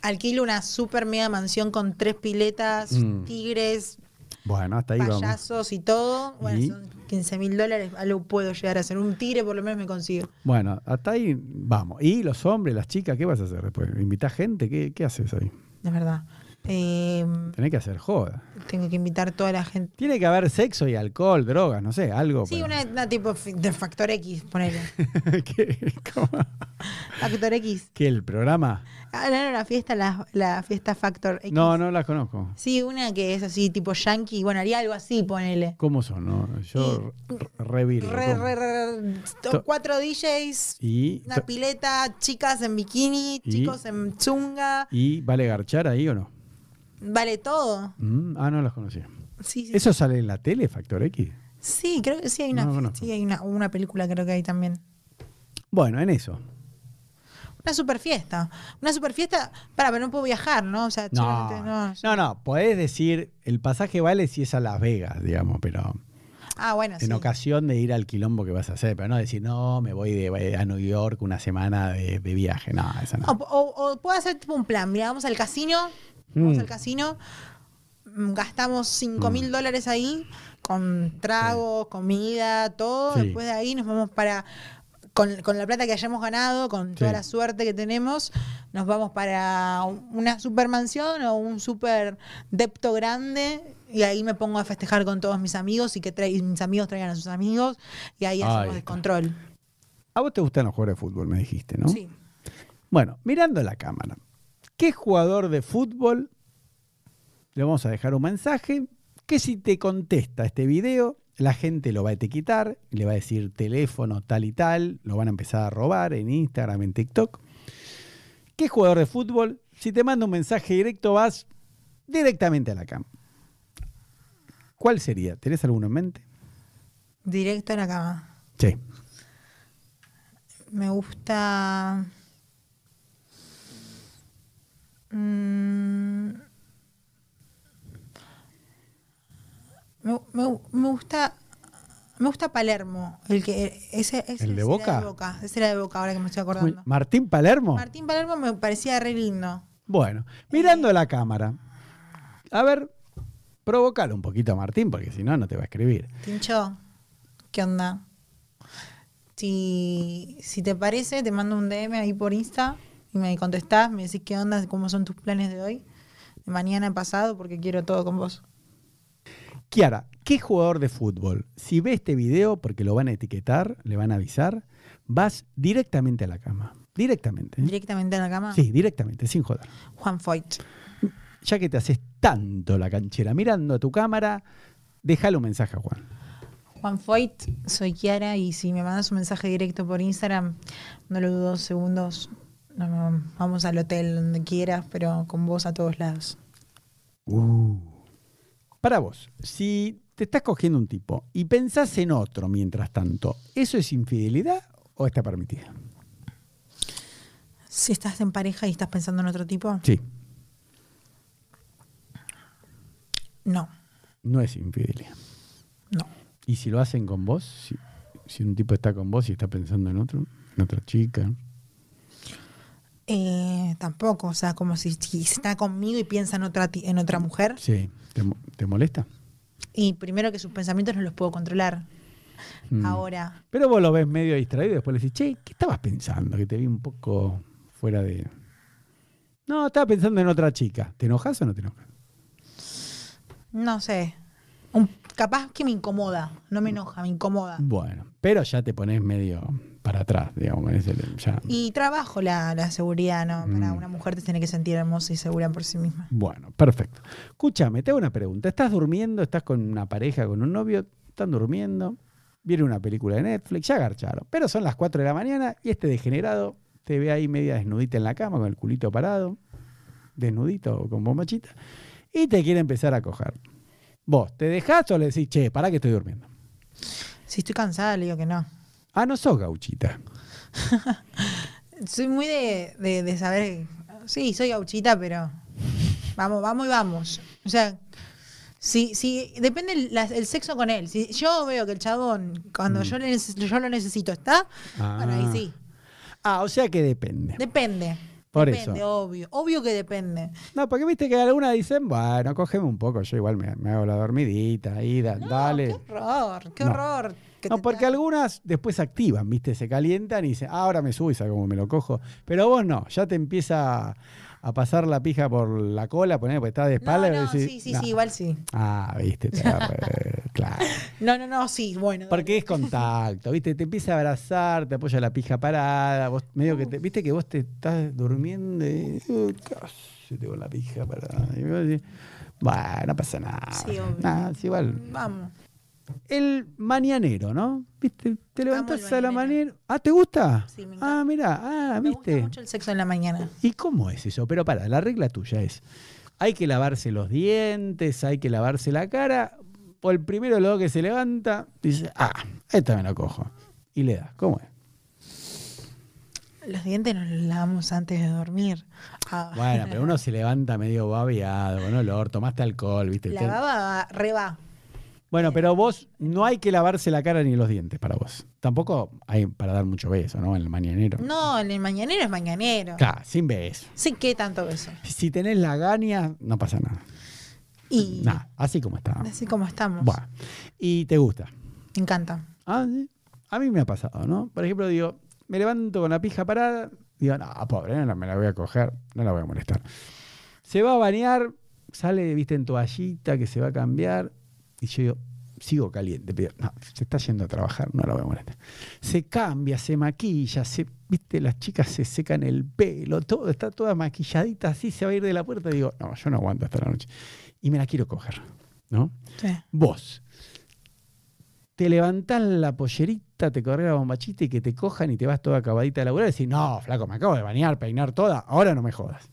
Speaker 3: Alquilo una super mega mansión con tres piletas,
Speaker 2: Mm.
Speaker 3: tigres,
Speaker 2: Bueno, hasta ahí vamos.
Speaker 3: payasos y todo. Bueno,
Speaker 2: ¿Y?
Speaker 3: son 15 mil dólares, algo puedo llegar a hacer. Un tigre por lo menos me consigo.
Speaker 2: Bueno, hasta ahí vamos. ¿Y los hombres, las chicas, qué vas a hacer después? ¿Invitás gente? ¿Qué, qué haces ahí?
Speaker 3: Es verdad. Eh,
Speaker 2: Tenés que hacer joda.
Speaker 3: tengo que invitar toda la gente.
Speaker 2: Tiene que haber sexo y alcohol, drogas, no sé, algo.
Speaker 3: Sí,
Speaker 2: Oh, pero-
Speaker 3: una, una tipo fi- de Factor X, ponele.
Speaker 2: ¿Qué? ¿Cómo?
Speaker 3: Factor X.
Speaker 2: ¿Qué, el programa?
Speaker 3: Ah, no, era una fiesta, la, la fiesta Factor X.
Speaker 2: No, no las conozco.
Speaker 3: Sí, una que es así, tipo yankee. Bueno, haría algo así, ponele.
Speaker 2: ¿Cómo son? No, yo
Speaker 3: Re,
Speaker 2: reviro.
Speaker 3: re, re, re, to-
Speaker 2: To-
Speaker 3: cuatro DJs,
Speaker 2: ¿Y,
Speaker 3: una pileta, chicas en bikini,
Speaker 2: Y-
Speaker 3: chicos en chunga.
Speaker 2: ¿Y vale garchar ahí o no?
Speaker 3: Vale todo.
Speaker 2: Mm, ah, no las conocía.
Speaker 3: Sí, sí.
Speaker 2: ¿Eso sale en la tele, Factor X?
Speaker 3: Sí, creo que sí hay una,
Speaker 2: No, conozco.
Speaker 3: sí, hay una, una película creo que hay también.
Speaker 2: Bueno, en eso.
Speaker 3: Una super fiesta. Una super fiesta, para, pero no puedo viajar, ¿no? O sea, chicos, no te-
Speaker 2: No,
Speaker 3: no.
Speaker 2: no, no, podés decir, el pasaje vale si es a Las Vegas, digamos, pero...
Speaker 3: Ah, bueno, sí.
Speaker 2: en ocasión de ir al quilombo que vas a hacer, pero no decir, no, me voy de, a New York una semana de, de viaje. No, esa no.
Speaker 3: O, o- o puedo hacer tipo un plan. Mira, vamos al casino. Vamos
Speaker 2: Mm.
Speaker 3: al casino. mm, Gastamos 5 mil
Speaker 2: Mm.
Speaker 3: dólares ahí con tragos, comida, todo.
Speaker 2: Sí.
Speaker 3: Después de ahí nos vamos para. Con, con la plata que hayamos ganado, con toda
Speaker 2: Sí.
Speaker 3: la suerte que tenemos, nos vamos para un- una super mansión o un super depto grande y ahí me pongo a festejar con todos mis amigos y que tra- y mis amigos traigan a sus amigos y ahí hacemos
Speaker 2: Ahí está.
Speaker 3: descontrol.
Speaker 2: A vos te gustan los jugadores de fútbol, me dijiste, ¿no?
Speaker 3: Sí.
Speaker 2: Bueno, mirando la cámara, ¿qué jugador de fútbol? Le vamos a dejar un mensaje que si te contesta este video, la gente lo va a etiquetar, le va a decir teléfono tal y tal, lo van a empezar a robar en Instagram, en TikTok. ¿Qué jugador de fútbol? Si te manda un mensaje directo, vas directamente a la cama. ¿Cuál sería? ¿Tenés alguno en mente?
Speaker 3: Directo a la cama.
Speaker 2: Sí.
Speaker 3: Me gusta. Mm. Me, me- me gusta. Me gusta Palermo. El que. Ese, ese
Speaker 2: ¿El de
Speaker 3: era
Speaker 2: Boca?
Speaker 3: Ese era de Boca, ahora que me estoy acordando.
Speaker 2: ¿Martín Palermo?
Speaker 3: Martín Palermo me parecía re lindo.
Speaker 2: Bueno, mirando la cámara. A ver, provocalo un poquito a Martín, porque si no, no te va a escribir.
Speaker 3: Tincho, ¿qué onda? Si, si te parece, te mando un DM ahí por Insta y me contestás, me decís qué onda, cómo son tus planes de hoy, de mañana pasado, porque quiero todo con vos.
Speaker 2: Kiara, ¿qué jugador de fútbol? Si ve este video, porque lo van a etiquetar, le van a avisar, vas directamente a la cama. Directamente. ¿eh?
Speaker 3: Directamente en la cama.
Speaker 2: Sí, directamente, sin joder.
Speaker 3: Juan Foyt.
Speaker 2: Ya que te haces tanto la canchera mirando a tu cámara, déjale un mensaje a Juan.
Speaker 3: Juan Foyt, soy Kiara y si me mandas un mensaje directo por Instagram, no lo dudo segundos. No, no, vamos al hotel donde quieras, pero con vos a todos lados.
Speaker 2: Para vos, si te estás cogiendo un tipo y pensás en otro mientras tanto, ¿eso es infidelidad o está permitido?
Speaker 3: si estás en pareja y estás pensando en otro tipo?
Speaker 2: Sí,
Speaker 3: No,
Speaker 2: no es infidelidad.
Speaker 3: no.
Speaker 2: Y si lo hacen con vos, si, si un tipo está con vos y está pensando en otro, en otra chica.
Speaker 3: Eh, tampoco, o sea, como si, si está conmigo y piensa en otra, ti- en otra mujer.
Speaker 2: Sí, ¿te, mo- te molesta?
Speaker 3: Y primero que sus pensamientos no los puedo controlar.
Speaker 2: Mm.
Speaker 3: Ahora,
Speaker 2: Pero vos lo ves medio distraído y después le decís, che, ¿qué estabas pensando? Que te vi un poco fuera de. No, estaba pensando en otra chica. ¿Te enojas o no te enojas?
Speaker 3: no sé. Un- capaz que me incomoda, no me enoja, me incomoda.
Speaker 2: Bueno, pero ya te pones medio para atrás, digamos. en ese- ya.
Speaker 3: Y trabajo la, la seguridad, ¿no? Para
Speaker 2: Mm.
Speaker 3: una mujer te tiene que sentir hermosa y segura por sí misma.
Speaker 2: Bueno, perfecto. Escúchame, te hago una pregunta. ¿Estás durmiendo? ¿Estás con una pareja, con un novio? ¿Están durmiendo? Viene una película de Netflix, ya garcharon. Pero son las 4 de la mañana y este degenerado te ve ahí media desnudita en la cama, con el culito parado, desnudito o con bombachita, y te quiere empezar a coger. Vos, ¿te dejás o le decís, che, pará que estoy durmiendo?
Speaker 3: Si estoy cansada, le digo que no.
Speaker 2: Ah, no sos gauchita.
Speaker 3: Soy muy de, de- de saber. Sí, soy gauchita, pero. Vamos, vamos y vamos. O sea, si, si depende el, la- el sexo con él. Si yo veo que el chabón,
Speaker 2: Mm.
Speaker 3: cuando yo, le neces- yo lo necesito, está,
Speaker 2: Ah.
Speaker 3: bueno, ahí sí.
Speaker 2: Ah, o sea que depende.
Speaker 3: Depende.
Speaker 2: Por
Speaker 3: depende,
Speaker 2: eso.
Speaker 3: obvio. Obvio que depende.
Speaker 2: No, porque viste que algunas dicen, bueno, cógeme un poco, yo igual me, me hago la dormidita, ahí, da-
Speaker 3: No,
Speaker 2: dale.
Speaker 3: Oh, Qué horror, qué
Speaker 2: No.
Speaker 3: horror. que
Speaker 2: No,
Speaker 3: te
Speaker 2: porque
Speaker 3: tra-
Speaker 2: algunas después se activan, ¿viste? Se calientan y dicen, "Ah, ahora me subo y saco como me lo cojo. Pero vos no, ya te empieza a pasar la pija por la cola, poner porque estás de
Speaker 3: No,
Speaker 2: espalda. y
Speaker 3: no,
Speaker 2: decís,
Speaker 3: sí, sí,
Speaker 2: "No".
Speaker 3: sí, igual sí.
Speaker 2: Ah, viste, te agarré, claro.
Speaker 3: No, no, no, sí, bueno. dale.
Speaker 2: Porque es contacto, ¿viste? Te empieza a abrazar, te apoya la pija parada, vos medio que te, ¿viste que vos te estás durmiendo y uh, casi te con la pija parada? Y vos decís, bueno, no pasa nada.
Speaker 3: Sí, obvio.
Speaker 2: Nah, es igual.
Speaker 3: Vamos.
Speaker 2: el mañanero, ¿no? ¿Viste? Te levantás
Speaker 3: el
Speaker 2: a la
Speaker 3: mañanero.
Speaker 2: mañana. Ah, ¿te gusta?
Speaker 3: Sí, me encanta.
Speaker 2: ah, mira, ah,
Speaker 3: Me gusta
Speaker 2: ¿viste?
Speaker 3: mucho el sexo en la mañana.
Speaker 2: ¿Y cómo es eso? Pero para, la regla tuya es, hay que lavarse los dientes, hay que lavarse la cara, o el primero luego que se levanta, dice, ah, esta me la cojo. Y le das, ¿cómo es?
Speaker 3: Los dientes nos los lavamos antes de dormir. Ah.
Speaker 2: Bueno, pero uno se levanta medio babeado, con olor, tomaste alcohol, ¿viste?
Speaker 3: La baba reba.
Speaker 2: Bueno, pero vos no hay que lavarse la cara ni los dientes para vos. Tampoco hay para dar mucho beso, ¿no? En el mañanero.
Speaker 3: No, el mañanero es mañanero.
Speaker 2: Claro, sin beso.
Speaker 3: Sí, ¿qué tanto beso?
Speaker 2: Si tenés la gania, no pasa nada.
Speaker 3: Y
Speaker 2: Nada, así como está.
Speaker 3: así como estamos.
Speaker 2: Buah. Y te gusta.
Speaker 3: Me encanta.
Speaker 2: Ah, sí. A mí me ha pasado, ¿no? Por ejemplo, digo, me levanto con la pija parada, digo, no, pobre, no me la voy a coger, no la voy a molestar. Se va a bañar, sale, viste, en toallita, que se va a cambiar, y yo digo, sigo caliente, pero no, se está yendo a trabajar, no la voy a molestar. Se cambia, se maquilla, se, viste, las chicas se secan el pelo, todo, está toda maquilladita así, se va a ir de la puerta, digo, no, yo no aguanto hasta la noche. Y me la quiero coger, ¿no?
Speaker 3: Sí.
Speaker 2: Vos. Te levantás la pollerita, te corres la bombachita y que te cojan y te vas toda acabadita de laburar y decís, no, flaco, me acabo de bañar, peinar toda, ahora no me jodas.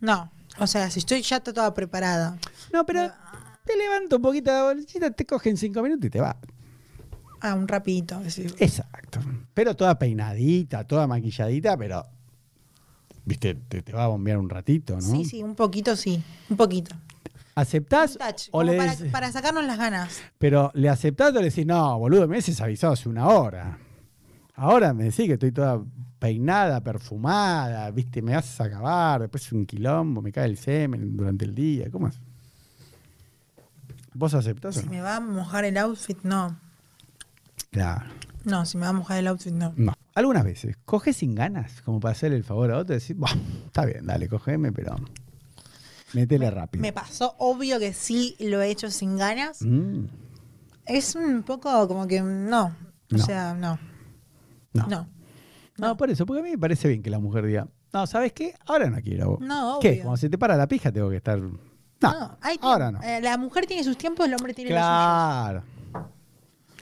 Speaker 3: No, o sea, si estoy ya está toda preparada.
Speaker 2: No, pero te levanto un poquito la bolsita, te cogen cinco minutos y te vas.
Speaker 3: Ah, un rapidito. decir.
Speaker 2: Eh, Exacto. Pero toda peinadita, toda maquilladita, pero, viste, te, te va a bombear un ratito, ¿no?
Speaker 3: Sí, sí, un poquito sí, un poquito.
Speaker 2: ¿Aceptás?
Speaker 3: Un touch,
Speaker 2: o
Speaker 3: como
Speaker 2: le
Speaker 3: para,
Speaker 2: des-
Speaker 3: para sacarnos las ganas.
Speaker 2: Pero le aceptás o le decís, no, boludo, me decís avisado hace una hora. Ahora me decís que estoy toda peinada, perfumada, viste, me vas a acabar, después un quilombo, me cae el semen durante el día, ¿cómo es? ¿Vos aceptás? o
Speaker 3: Si
Speaker 2: no?
Speaker 3: me va a mojar el outfit, no.
Speaker 2: Claro.
Speaker 3: No, si me va a mojar el outfit, no.
Speaker 2: No. Algunas veces, coges sin ganas, como para hacerle el favor a otro, decís, bueno, está bien, dale, cogeme, pero métele rápido.
Speaker 3: Me pasó, obvio que sí lo he hecho sin ganas.
Speaker 2: Mm,
Speaker 3: Es un poco como que no. O
Speaker 2: No.
Speaker 3: sea, no.
Speaker 2: no.
Speaker 3: No.
Speaker 2: No, por eso, porque a mí me parece bien que la mujer diga, no, ¿sabes qué? Ahora no quiero.
Speaker 3: No,
Speaker 2: ¿Qué?
Speaker 3: obvio.
Speaker 2: Cuando se te para la pija tengo que estar. No,
Speaker 3: No, hay tiempo.
Speaker 2: ahora no.
Speaker 3: Eh, la mujer tiene sus tiempos, el hombre tiene
Speaker 2: claro.
Speaker 3: los suyos.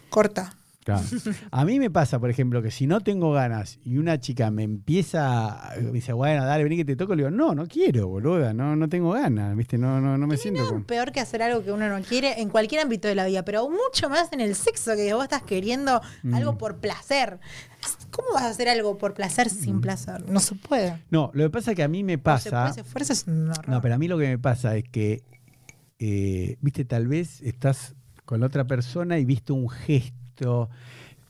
Speaker 3: Corta.
Speaker 2: Claro. A mí me pasa, por ejemplo, que si no tengo ganas y una chica me empieza, me dice, bueno, dale, vení que te toco, le digo, no, no quiero, boluda, no, no tengo ganas, ¿viste? No, no, no me
Speaker 3: Y
Speaker 2: siento
Speaker 3: nada
Speaker 2: con...
Speaker 3: peor que hacer algo que uno no quiere en cualquier
Speaker 2: Mm.
Speaker 3: ámbito de la vida, pero mucho más en el sexo, que vos estás queriendo algo por placer. ¿Cómo vas a hacer algo por placer sin placer? No se puede.
Speaker 2: No, lo que pasa es que a mí me
Speaker 3: Se puede,
Speaker 2: Mm. pasa.
Speaker 3: ese esfuerzo es un horror.
Speaker 2: No, pero a mí lo que me pasa es que, eh, viste, tal vez estás con la otra persona y viste un gesto,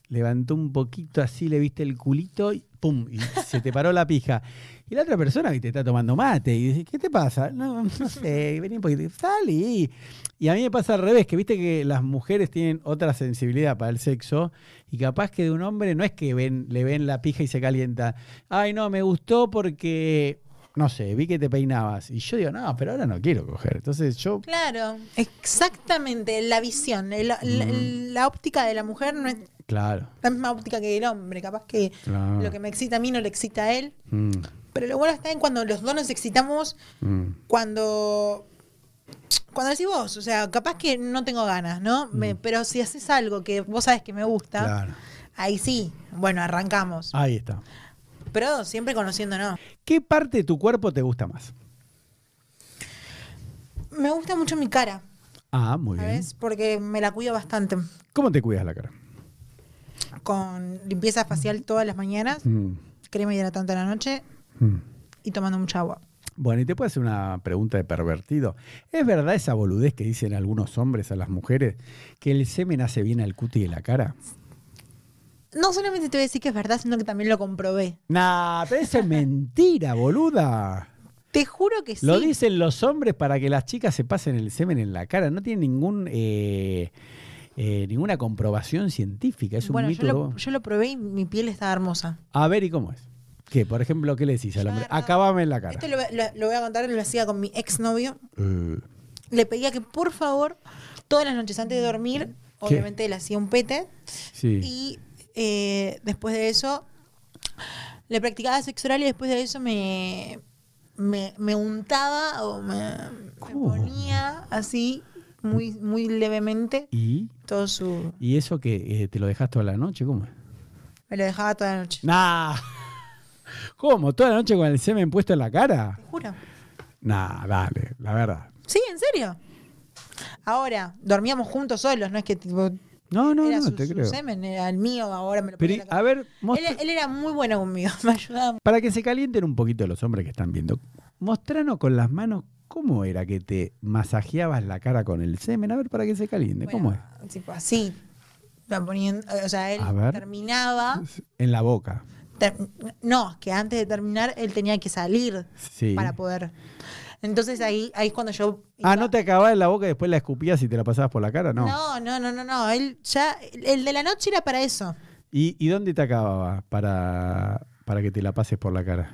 Speaker 2: levantó un poquito así, le viste el culito y pum, y se te paró la pija. Y la otra persona, viste, está tomando mate y dice, ¿qué te pasa? No, no sé, vení un poquito, salí. Y a mí me pasa al revés, que viste que las mujeres tienen otra sensibilidad para el sexo y capaz que de un hombre no es que ven, le ven la pija y se calienta. Ay, no, me gustó porque, no sé, vi que te peinabas. Y yo digo, no, pero ahora no quiero coger. Entonces yo,
Speaker 3: Claro, exactamente, la visión, el- la,
Speaker 2: Mm.
Speaker 3: la óptica de la mujer no es
Speaker 2: claro.
Speaker 3: la misma óptica que el hombre, capaz que
Speaker 2: claro.
Speaker 3: lo que me excita a mí no le excita a él,
Speaker 2: Mm,
Speaker 3: pero lo bueno está en cuando los dos nos excitamos,
Speaker 2: mm.
Speaker 3: cuando cuando decís vos, o sea, capaz que no tengo ganas, ¿no? Me- pero si haces algo que vos sabes que me gusta,
Speaker 2: Mm. Claro.
Speaker 3: ahí sí, bueno, arrancamos,
Speaker 2: Ahí está.
Speaker 3: pero siempre conociéndonos.
Speaker 2: ¿Qué parte de tu cuerpo te gusta más?
Speaker 3: Me gusta mucho mi cara,
Speaker 2: Ah, muy bien.
Speaker 3: ¿sabes? Porque me la cuido bastante
Speaker 2: ¿Cómo te cuidas la cara?
Speaker 3: con limpieza facial todas las mañanas.
Speaker 2: Mm,
Speaker 3: crema hidratante a la noche
Speaker 2: mm.
Speaker 3: y tomando mucha agua.
Speaker 2: Bueno, y te puedo hacer una pregunta de pervertido. ¿Es verdad esa boludez que dicen algunos hombres a las mujeres que el semen hace bien al cuti de la cara?
Speaker 3: No solamente te voy a decir que es verdad, sino que también lo comprobé.
Speaker 2: Nah, pero eso es mentira, boluda.
Speaker 3: Te juro que sí.
Speaker 2: Lo dicen los hombres para que las chicas se pasen el semen en la cara. No tiene ningún, eh, eh, ninguna comprobación científica. Es un
Speaker 3: bueno,
Speaker 2: mito.
Speaker 3: yo
Speaker 2: de
Speaker 3: lo,
Speaker 2: vos.
Speaker 3: yo lo probé y mi piel estaba hermosa.
Speaker 2: A ver, ¿y cómo es? ¿Qué? Por ejemplo, ¿qué le decís al
Speaker 3: Yo
Speaker 2: hombre?
Speaker 3: agarraba-
Speaker 2: Acabame en la cara.
Speaker 3: Esto lo, lo- lo voy a contar, lo hacía con mi exnovio.
Speaker 2: Eh,
Speaker 3: Le pedía que por favor, todas las noches antes de dormir, obviamente le hacía un pete.
Speaker 2: sí.
Speaker 3: Y eh, después de eso, le practicaba sexo oral y después de eso me, me, me untaba o me, me
Speaker 2: ¿Cómo?
Speaker 3: ponía así, muy, muy levemente,
Speaker 2: ¿Y?
Speaker 3: todo su.
Speaker 2: ¿Y eso que eh, te lo dejas toda la noche? ¿Cómo es?
Speaker 3: Me lo dejaba toda la noche.
Speaker 2: Nah. ¿Cómo? ¿Toda la noche con el semen puesto en la cara?
Speaker 3: Te juro.
Speaker 2: Nah, dale, la verdad.
Speaker 3: Sí, en serio. Ahora, dormíamos juntos solos, no es que tipo.
Speaker 2: No, no,
Speaker 3: era
Speaker 2: no,
Speaker 3: su,
Speaker 2: te
Speaker 3: su
Speaker 2: creo.
Speaker 3: semen, era el mío, ahora me lo
Speaker 2: Pero,
Speaker 3: ponía en la
Speaker 2: a
Speaker 3: cama.
Speaker 2: ver,
Speaker 3: él,
Speaker 2: mostra-
Speaker 3: él era muy bueno conmigo, me ayudaba. mucho.
Speaker 2: para que se calienten un poquito los hombres que están viendo, mostranos con las manos cómo era que te masajeabas la cara con el semen. A ver, para que se caliente, ¿cómo es?
Speaker 3: Bueno, Tipo así. La poniendo, eh, o sea, él
Speaker 2: A ver.
Speaker 3: terminaba.
Speaker 2: En la boca.
Speaker 3: ter- no, que antes de terminar él tenía que salir
Speaker 2: Sí.
Speaker 3: para poder. Entonces ahí, ahí es cuando yo.
Speaker 2: Ah,
Speaker 3: iba-
Speaker 2: ¿no te acababas en la boca y después la escupías y te la pasabas por la cara? No.
Speaker 3: No, no, no, no, no. Él ya, el de la noche era para eso.
Speaker 2: ¿Y, y dónde te acababa para, para que te la pases por la cara?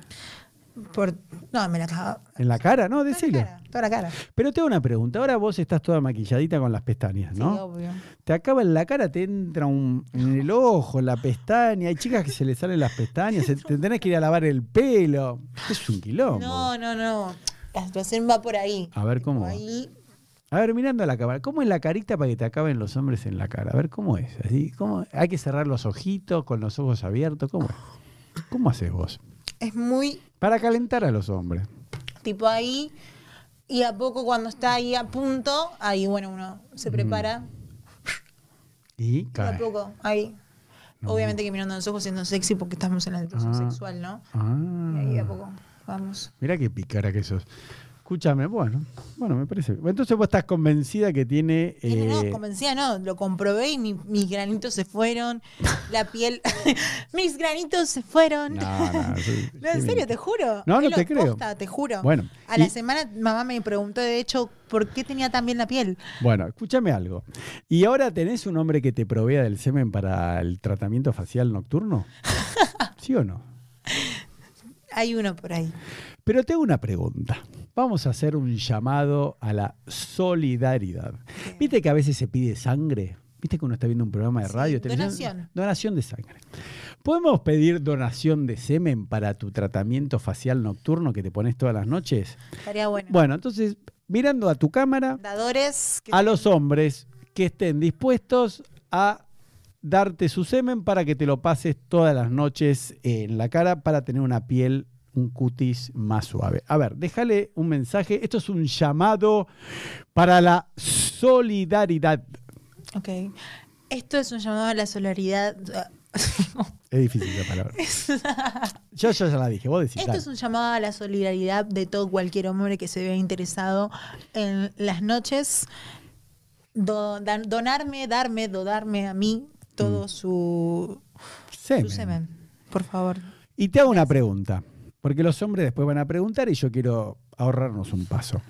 Speaker 3: Por, no, me la cagaba.
Speaker 2: ¿En la cara? No,
Speaker 3: Toda
Speaker 2: decilo.
Speaker 3: la cara, toda la cara.
Speaker 2: Pero tengo una pregunta. Ahora vos estás toda maquilladita con las pestañas,
Speaker 3: Sí,
Speaker 2: ¿no?
Speaker 3: obvio.
Speaker 2: Te acaba en la cara, te entra un, en el ojo, en la pestaña. Hay chicas que se les salen las pestañas, se- te tenés que ir a lavar el pelo. Es un quilombo.
Speaker 3: No, no, no. La situación va por ahí.
Speaker 2: A ver, Ah, ¿cómo va?
Speaker 3: Ahí,
Speaker 2: A ver, mirando a la cámara, ¿cómo es la carita para que te acaben los hombres en la cara? A ver, ¿cómo es? Así, ¿cómo? ¿Hay que cerrar los ojitos con los ojos abiertos? ¿Cómo es? ¿Cómo haces vos?
Speaker 3: es muy
Speaker 2: Para calentar a los hombres.
Speaker 3: tipo ahí. Y a poco cuando está ahí a punto, ahí bueno, uno se prepara.
Speaker 2: Y
Speaker 3: Y a
Speaker 2: cae.
Speaker 3: poco, ahí.
Speaker 2: No.
Speaker 3: Obviamente que mirando a los ojos siendo sexy porque estamos en la situación
Speaker 2: Ah.
Speaker 3: sexual, ¿no? Y ahí de a
Speaker 2: Ah,
Speaker 3: poco vamos.
Speaker 2: mirá qué picara que sos. Escúchame, bueno, bueno, me parece. Entonces vos estás convencida que tiene...
Speaker 3: Y no,
Speaker 2: eh,
Speaker 3: no, convencida no, lo comprobé y mi- mis granitos se fueron, la piel, mis granitos se fueron.
Speaker 2: No, no, sí,
Speaker 3: No, en
Speaker 2: sí,
Speaker 3: serio,
Speaker 2: mentira.
Speaker 3: te juro.
Speaker 2: No, no
Speaker 3: Te lo-
Speaker 2: te creo.
Speaker 3: posta, te juro.
Speaker 2: Bueno,
Speaker 3: A la
Speaker 2: y-
Speaker 3: semana mamá me preguntó, de hecho, por qué tenía tan bien la piel.
Speaker 2: Bueno, escúchame algo. ¿Y ahora tenés un hombre que te provea del semen para el tratamiento facial nocturno? ¿Sí o no?
Speaker 3: Hay uno por ahí.
Speaker 2: Pero tengo una pregunta. Vamos a hacer un llamado a la solidaridad. Viste que a veces se pide sangre. Viste que uno está viendo un programa de
Speaker 3: Sí,
Speaker 2: radio. televisión?
Speaker 3: donación.
Speaker 2: Donación de sangre. ¿Podemos pedir donación de semen para tu tratamiento facial nocturno que te pones todas las noches?
Speaker 3: Estaría bueno.
Speaker 2: Bueno, entonces, mirando a tu cámara,
Speaker 3: Dadores que
Speaker 2: a los hombres que estén dispuestos a darte su semen para que te lo pases todas las noches en la cara para tener una piel, un cutis más suave. A ver, déjale un mensaje. Esto es un llamado para la solidaridad.
Speaker 3: Ok. Esto es un llamado a la solidaridad, Ah.
Speaker 2: Es difícil esa palabra. Yo, yo ya la dije, vos decís.
Speaker 3: Esto
Speaker 2: dale.
Speaker 3: es un llamado a la solidaridad de todo cualquier hombre que se vea interesado en las noches. do- dan- donarme, darme, dodarme a mí todo
Speaker 2: Mm.
Speaker 3: su,
Speaker 2: Semen.
Speaker 3: su semen. Por favor.
Speaker 2: Y te hago una pregunta, porque los hombres después van a preguntar y yo quiero ahorrarnos un paso.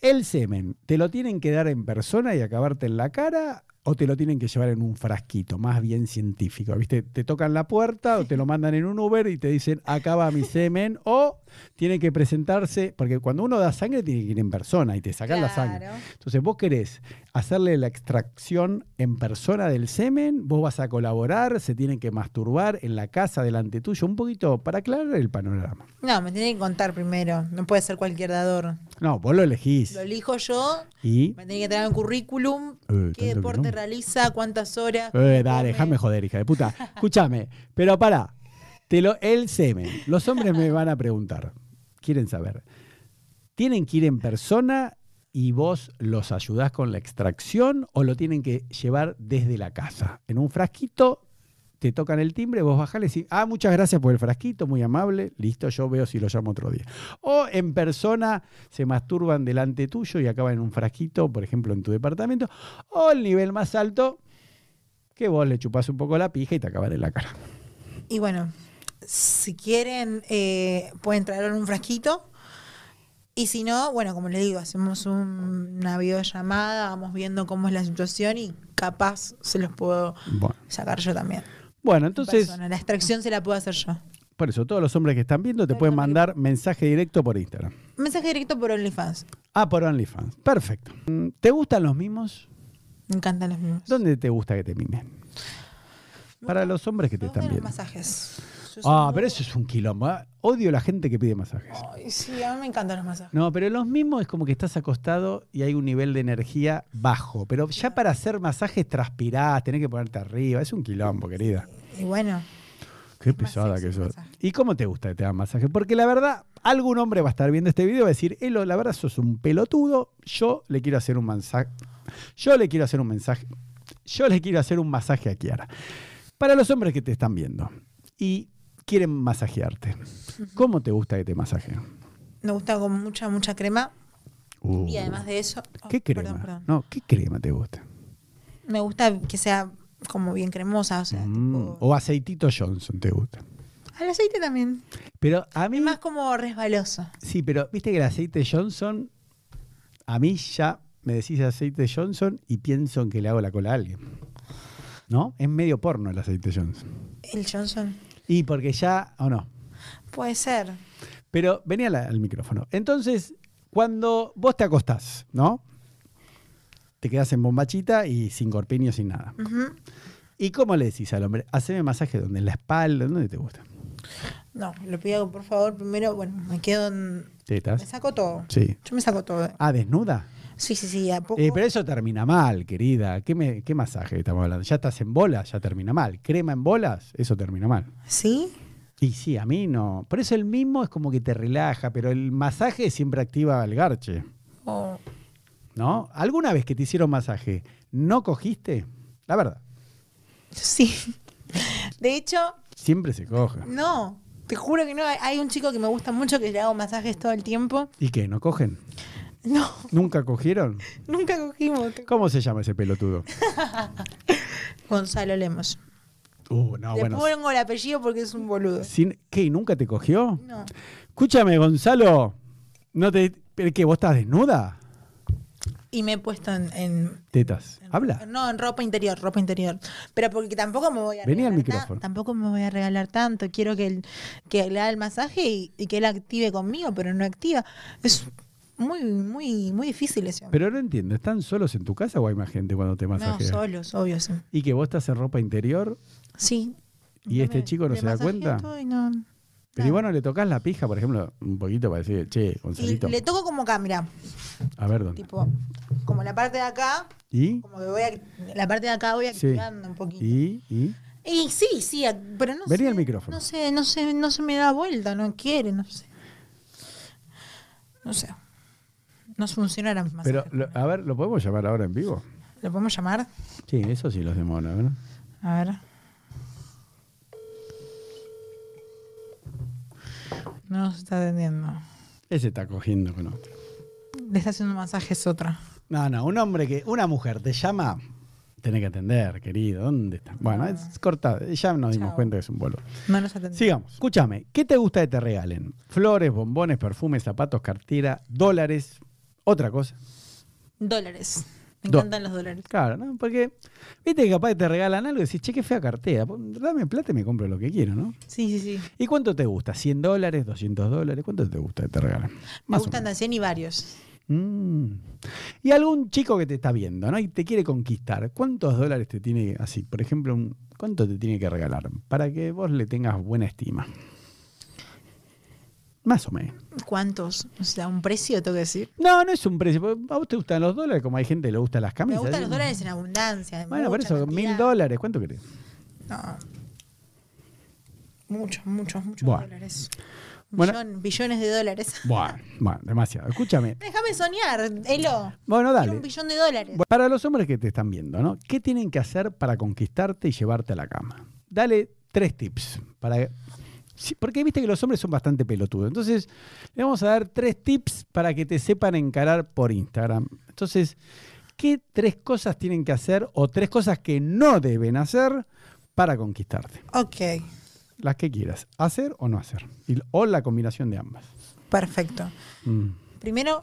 Speaker 2: ¿El semen te lo tienen que dar en persona y acabarte en la cara o te lo tienen que llevar en un frasquito, más bien científico? ¿Viste? Te tocan la puerta o te lo mandan en un Uber y te dicen, acaba mi semen, o tienen que presentarse, porque cuando uno da sangre tiene que ir en persona y te sacan la sangre.
Speaker 3: Claro.
Speaker 2: Entonces, vos querés hacerle la extracción en persona del semen, vos vas a colaborar, se tienen que masturbar en la casa delante tuyo, un poquito para aclarar el panorama.
Speaker 3: No, me tiene que contar primero. No puede ser cualquier dador.
Speaker 2: No, vos lo elegís.
Speaker 3: Lo elijo yo.
Speaker 2: Y.
Speaker 3: Me tiene que traer un currículum.
Speaker 2: Eh, tanto
Speaker 3: ¿Qué deporte
Speaker 2: quilombo.
Speaker 3: realiza? ¿Cuántas horas?
Speaker 2: Eh,
Speaker 3: ¿Cómo
Speaker 2: dale,
Speaker 3: come?
Speaker 2: déjame joder, hija de puta. Escúchame, pero pará. Te lo, el semen. Los hombres me van a preguntar. Quieren saber. ¿Tienen que ir en persona y vos los ayudás con la extracción o lo tienen que llevar desde la casa? En un frasquito, te tocan el timbre, vos bajás y decís, ah, muchas gracias por el frasquito, muy amable, listo, yo veo si lo llamo otro día. O en persona se masturban delante tuyo y acaban en un frasquito, por ejemplo, en tu departamento. O el nivel más alto, que vos le chupás un poco la pija y te acaban en la cara.
Speaker 3: Y bueno, si quieren, eh, pueden traer un frasquito. Y si no, bueno, como les digo, hacemos un- una videollamada, vamos viendo cómo es la situación y capaz se los puedo
Speaker 2: Bueno,
Speaker 3: sacar yo también.
Speaker 2: Bueno, entonces,
Speaker 3: Persona, la extracción se la puedo hacer yo.
Speaker 2: por eso, todos los hombres que están viendo te pueden mandar mensaje directo por Instagram.
Speaker 3: Mensaje directo por OnlyFans.
Speaker 2: Ah, por OnlyFans. Perfecto. Mm, ¿Te gustan los mimos?
Speaker 3: Me encantan los mismos.
Speaker 2: ¿Dónde te gusta que te mimen? Para los hombres que te
Speaker 3: Me gustan
Speaker 2: están
Speaker 3: los
Speaker 2: viendo.
Speaker 3: masajes. Yo soy
Speaker 2: Ah,
Speaker 3: muy-
Speaker 2: pero eso es un quilombo. ah. Odio la gente que pide masajes.
Speaker 3: Ay, sí, a mí me encantan los masajes.
Speaker 2: No, pero los mismos es como que estás acostado y hay un nivel de energía bajo. Pero ya para hacer masajes transpirás, tenés que ponerte arriba. Es un quilombo, querida.
Speaker 3: Y bueno,
Speaker 2: Qué
Speaker 3: más
Speaker 2: pesada
Speaker 3: sexy
Speaker 2: que
Speaker 3: el
Speaker 2: sos.
Speaker 3: masaje.
Speaker 2: ¿Y cómo te gusta que te hagan masaje? Porque la verdad, algún hombre va a estar viendo este video y va a decir, Elo, la verdad sos un pelotudo, yo le quiero hacer un masaje. Yo le quiero hacer un mensaje. Yo le quiero hacer un masaje a Kiara. Para los hombres que te están viendo y quieren masajearte, ¿cómo te gusta que te masajeen?
Speaker 3: me gusta con mucha, mucha crema.
Speaker 2: Uh,
Speaker 3: Y además de eso. oh,
Speaker 2: ¿Qué crema?
Speaker 3: perdón, perdón.
Speaker 2: No, ¿qué crema te gusta?
Speaker 3: Me gusta que sea como bien cremosa, o sea,
Speaker 2: Mm,
Speaker 3: tipo-
Speaker 2: O aceitito Johnson te gusta.
Speaker 3: Al aceite también.
Speaker 2: Pero a mí
Speaker 3: Es más como resbaloso.
Speaker 2: Sí, pero viste que el aceite Johnson, a mí ya me decís aceite Johnson y pienso en que le hago la cola a alguien. ¿No? Es medio porno el aceite Johnson.
Speaker 3: El Johnson.
Speaker 2: Y porque ya, o no.
Speaker 3: Puede ser.
Speaker 2: Pero venía la- al micrófono. Entonces, cuando vos te acostás, ¿no? Te quedás en bombachita y sin corpiño, sin nada.
Speaker 3: Ujú.
Speaker 2: ¿Y cómo le decís al hombre? Haceme masaje donde, en la espalda, donde te gusta.
Speaker 3: No, lo pido por favor primero. Bueno, me quedo. en- Me
Speaker 2: ¿Tetas?
Speaker 3: saco todo.
Speaker 2: Sí.
Speaker 3: Yo me saco todo.
Speaker 2: Ah, desnuda.
Speaker 3: Sí, sí, sí. ¿A poco?
Speaker 2: Eh, pero eso termina mal, querida. ¿Qué, me- qué masaje estamos hablando? Ya estás en bolas, ya termina mal. Crema en bolas, eso termina mal.
Speaker 3: ¿Sí?
Speaker 2: Y sí, a mí no. Por eso el mismo es como que te relaja, pero el masaje siempre activa el garche,
Speaker 3: O-
Speaker 2: ¿no? ¿Alguna vez que te hicieron masaje, no cogiste? La verdad,
Speaker 3: Sí. De hecho,
Speaker 2: siempre se coge.
Speaker 3: no. Te juro que no. Hay- Hay un chico que me gusta mucho que le hago masajes todo el tiempo.
Speaker 2: ¿Y qué? ¿No cogen?
Speaker 3: No,
Speaker 2: ¿Nunca cogieron?
Speaker 3: nunca cogimos.
Speaker 2: ¿Cómo se llama ese pelotudo?
Speaker 3: Gonzalo Lemos.
Speaker 2: Uh, no,
Speaker 3: le
Speaker 2: bueno.
Speaker 3: pongo el apellido porque es un boludo.
Speaker 2: Sin, ¿Qué? ¿Nunca te cogió?
Speaker 3: No.
Speaker 2: Escúchame, Gonzalo. ¿No te, ¿pero qué? ¿Vos estás desnuda?
Speaker 3: Y me he puesto en- en,
Speaker 2: Tetas.
Speaker 3: En-
Speaker 2: Habla.
Speaker 3: No, en ropa interior, ropa interior. Pero porque tampoco me voy a
Speaker 2: Vení al
Speaker 3: regalar
Speaker 2: micrófono.
Speaker 3: tan- Tampoco me voy a regalar tanto. Quiero que él, que le haga el masaje y, y que él active conmigo, pero no activa. Es muy, muy, muy difícil eso.
Speaker 2: Pero no entiendo, ¿están solos en tu casa o hay más gente cuando te
Speaker 3: no,
Speaker 2: masajean?
Speaker 3: solos, obvio, sí.
Speaker 2: Y que vos estás en ropa interior,
Speaker 3: Sí.
Speaker 2: ¿Y este chico no
Speaker 3: me
Speaker 2: se da
Speaker 3: masajeó
Speaker 2: cuenta?
Speaker 3: todo y no-
Speaker 2: pero
Speaker 3: nada.
Speaker 2: igual no le tocas la pija, por ejemplo, un poquito para decir, che,
Speaker 3: Y
Speaker 2: Gonzalito,
Speaker 3: le toco como acá, mirá.
Speaker 2: a ver dónde.
Speaker 3: Tipo, como la parte de acá,
Speaker 2: ¿Y?
Speaker 3: como que voy a, la parte de acá voy
Speaker 2: Sí.
Speaker 3: activando un poquito. Y,
Speaker 2: ¿Y? ¿Y?
Speaker 3: sí, sí, a- pero no
Speaker 2: Vení
Speaker 3: sé.
Speaker 2: al micrófono.
Speaker 3: No sé, no sé, no se me da vuelta, no quiere, no sé. No sé. No funciona la misma.
Speaker 2: Pero, lo- a ver, ¿lo podemos llamar ahora en vivo?
Speaker 3: ¿Lo podemos llamar?
Speaker 2: Sí, eso sí lo hacemos ahora, ¿verdad?
Speaker 3: A ver. No nos está atendiendo.
Speaker 2: Ese está cogiendo con otro.
Speaker 3: Le está haciendo masajes otra.
Speaker 2: No, no, un hombre que, una mujer te llama, tenés que atender, querido, ¿dónde está? Bueno,
Speaker 3: No.
Speaker 2: es cortada, ya nos dimos
Speaker 3: Ah. Chao.
Speaker 2: cuenta que es un boludo.
Speaker 3: No nos atendió.
Speaker 2: Sigamos. Escúchame, ¿qué te gusta que te regalen? Flores, bombones, perfumes, zapatos, cartera, dólares, otra cosa.
Speaker 3: Dólares. Me
Speaker 2: Do-
Speaker 3: encantan los dólares.
Speaker 2: Claro, ¿no? Porque, viste que capaz que te regalan algo y decís, che, qué fea cartera. Dame plata y me compro lo que quiero, ¿no?
Speaker 3: Sí, sí, sí.
Speaker 2: ¿Y cuánto te gusta? ¿100 dólares? ¿200 dólares? ¿Cuánto te gusta que te regalen?
Speaker 3: Me
Speaker 2: Más o
Speaker 3: gustan
Speaker 2: menos.
Speaker 3: de 100 y varios.
Speaker 2: Mm. Y algún chico que te está viendo, ¿no? Y te quiere conquistar. ¿Cuántos dólares te tiene así? Por ejemplo, un- ¿cuánto te tiene que regalar para que vos le tengas buena estima? Más o menos.
Speaker 3: ¿Cuántos? O sea, un precio, tengo que decir.
Speaker 2: No, no es un precio. porque A vos te gustan los dólares, como hay gente que le gustan las
Speaker 3: Me
Speaker 2: camisas.
Speaker 3: gustan
Speaker 2: ¿sí?
Speaker 3: los dólares en abundancia. en
Speaker 2: Bueno, por
Speaker 3: mucha
Speaker 2: eso,
Speaker 3: cantidad.
Speaker 2: mil dólares. ¿Cuánto querés?
Speaker 3: No. Muchos, muchos, muchos
Speaker 2: Buah.
Speaker 3: dólares.
Speaker 2: Bueno.
Speaker 3: Millón- billones de dólares.
Speaker 2: Bueno, bueno, demasiado. Escúchame.
Speaker 3: Déjame soñar, Elo.
Speaker 2: Bueno,
Speaker 3: Quiero un
Speaker 2: dale.
Speaker 3: billón de dólares.
Speaker 2: Bueno, Para los hombres que te están viendo, ¿no? ¿Qué tienen que hacer para conquistarte y llevarte a la cama? Dale tres tips. Para... Sí, porque viste que los hombres son bastante pelotudos. Entonces, le vamos a dar tres tips para que te sepan encarar por Instagram. Entonces, ¿qué tres cosas tienen que hacer o tres cosas que no deben hacer para conquistarte?
Speaker 3: Ok,
Speaker 2: Las que quieras, hacer o no hacer. Y- o la combinación de ambas.
Speaker 3: perfecto.
Speaker 2: Mm.
Speaker 3: Primero,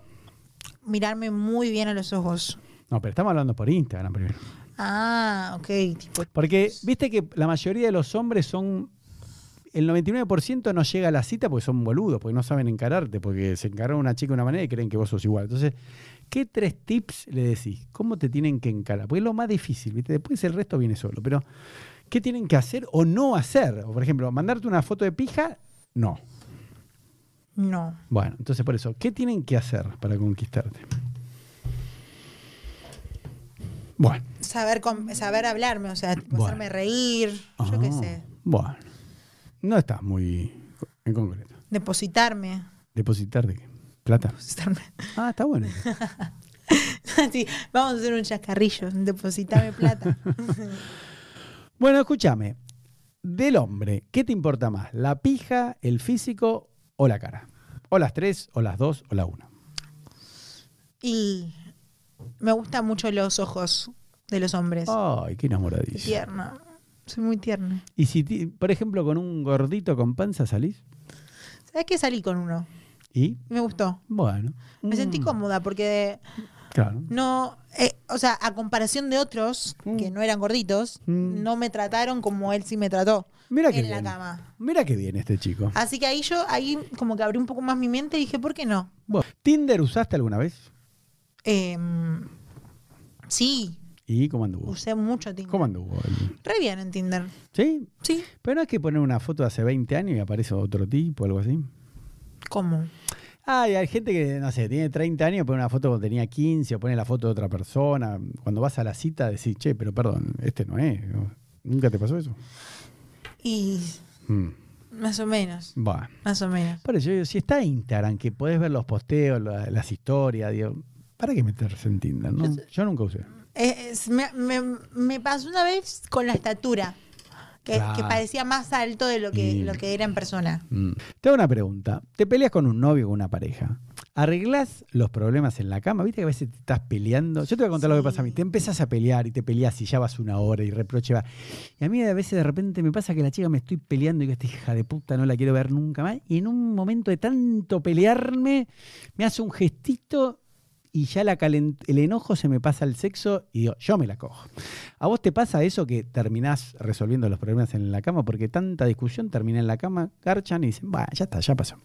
Speaker 3: mirarme muy bien a los ojos.
Speaker 2: No, pero estamos hablando por Instagram primero.
Speaker 3: Ah, ok, tipo,
Speaker 2: Porque viste que la mayoría de los hombres son. El 99% no llega a la cita porque son boludos, porque no saben encararte, porque se encaró una chica de una manera y creen que vos sos igual. Entonces, ¿qué tres tips le decís? ¿Cómo te tienen que encarar? Porque es lo más difícil, ¿viste? Después el resto viene solo. Pero, ¿qué tienen que hacer o no hacer? O, por ejemplo, mandarte una foto de pija, no.
Speaker 3: no.
Speaker 2: Bueno, entonces por eso, ¿qué tienen que hacer para conquistarte? Bueno.
Speaker 3: Saber, com- saber hablarme, o sea, tipo,
Speaker 2: Bueno.
Speaker 3: hacerme reír, yo qué
Speaker 2: Ah,
Speaker 3: sé.
Speaker 2: Bueno, no estás muy en concreto.
Speaker 3: Depositarme.
Speaker 2: Depositar de qué? Plata.
Speaker 3: Depositarme.
Speaker 2: Ah, está bueno.
Speaker 3: Sí, vamos a hacer un chascarrillo. Depositarme plata.
Speaker 2: bueno, escúchame. Del hombre, ¿qué te importa más? ¿La pija, el físico o la cara? O las tres, o las dos, o la una.
Speaker 3: Y me gustan mucho los ojos de los hombres.
Speaker 2: Ay, qué
Speaker 3: Qué
Speaker 2: enamoradizo.
Speaker 3: tierna. Soy muy tierna.
Speaker 2: Y si, ti- por ejemplo, con un gordito con panza salís
Speaker 3: ¿Sabes qué? Salí con uno.
Speaker 2: y,
Speaker 3: Me gustó.
Speaker 2: bueno.
Speaker 3: Me sentí
Speaker 2: Mm,
Speaker 3: cómoda porque
Speaker 2: Claro.
Speaker 3: no. eh, o sea, a comparación de otros que no eran gorditos,
Speaker 2: Mm.
Speaker 3: no me trataron como él sí me trató
Speaker 2: Mira que
Speaker 3: en la
Speaker 2: bien.
Speaker 3: cama.
Speaker 2: Mira que bien este chico.
Speaker 3: Así que ahí yo, ahí como que abrí un poco más mi mente y dije, ¿por qué no?
Speaker 2: Bueno, ¿Tinder usaste alguna vez?
Speaker 3: Em, sí,
Speaker 2: ¿Y cómo anduvo?
Speaker 3: usé mucho Tinder.
Speaker 2: ¿Cómo anduvo? el-
Speaker 3: Re bien en Tinder.
Speaker 2: ¿Sí?
Speaker 3: Sí.
Speaker 2: Pero no es que poner una foto de hace 20 años y aparece otro tipo, algo así.
Speaker 3: ¿Cómo?
Speaker 2: Ah, y hay gente que, no sé, tiene 30 años, pone una foto cuando tenía 15 o pone la foto de otra persona. Cuando vas a la cita decís, che, pero perdón, este no es. ¿Nunca te pasó eso?
Speaker 3: Y
Speaker 2: Mm,
Speaker 3: más o menos.
Speaker 2: Va.
Speaker 3: Más o menos.
Speaker 2: Por eso yo digo, si está Instagram, que podés ver los posteos, la- las historias, digo, ¿para qué meterse en Tinder? no? Yo nunca usé.
Speaker 3: Eh, es- me, me- me pasó una vez con la estatura, que,
Speaker 2: Claro.
Speaker 3: que parecía más alto de lo que,
Speaker 2: Y-
Speaker 3: lo que era en persona.
Speaker 2: Mm. Te hago una pregunta. Te peleas con un novio o una pareja. ¿Arreglás los problemas en la cama? ¿Viste que a veces te estás peleando? Yo te voy a contar lo que pasa a mí. Te empezás a pelear y te peleas y ya vas una hora y reproche va. Y a mí a veces de repente me pasa que la chica me estoy peleando y que esta hija de puta no la quiero ver nunca más. Y en un momento de tanto pelearme, me hace un gestito y ya la calent- el enojo se me pasa al sexo y digo, yo me la cojo. ¿A vos te pasa eso que terminás resolviendo los problemas en la cama? Porque tanta discusión termina en la cama, garchan y dicen, va, ya está, ya pasó.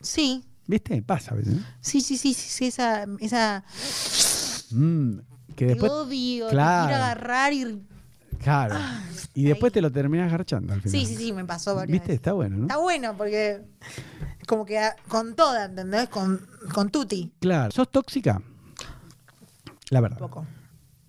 Speaker 3: Sí,
Speaker 2: ¿Viste? Pasa a veces. ¿no?
Speaker 3: sí, sí, sí, sí, sí, esa, esa
Speaker 2: Mm, que
Speaker 3: te
Speaker 2: después,
Speaker 3: odio,
Speaker 2: claro.
Speaker 3: te quiero agarrar y
Speaker 2: claro. Y después te lo terminás garchando al final.
Speaker 3: ah, sí, sí, sí, me pasó varias
Speaker 2: ¿Viste?
Speaker 3: veces.
Speaker 2: Está bueno, ¿no?
Speaker 3: Está bueno porque como que a- con toda, ¿entendés? Con, con Tuti.
Speaker 2: Claro. ¿Sos tóxica? La
Speaker 3: Un
Speaker 2: verdad.
Speaker 3: poco.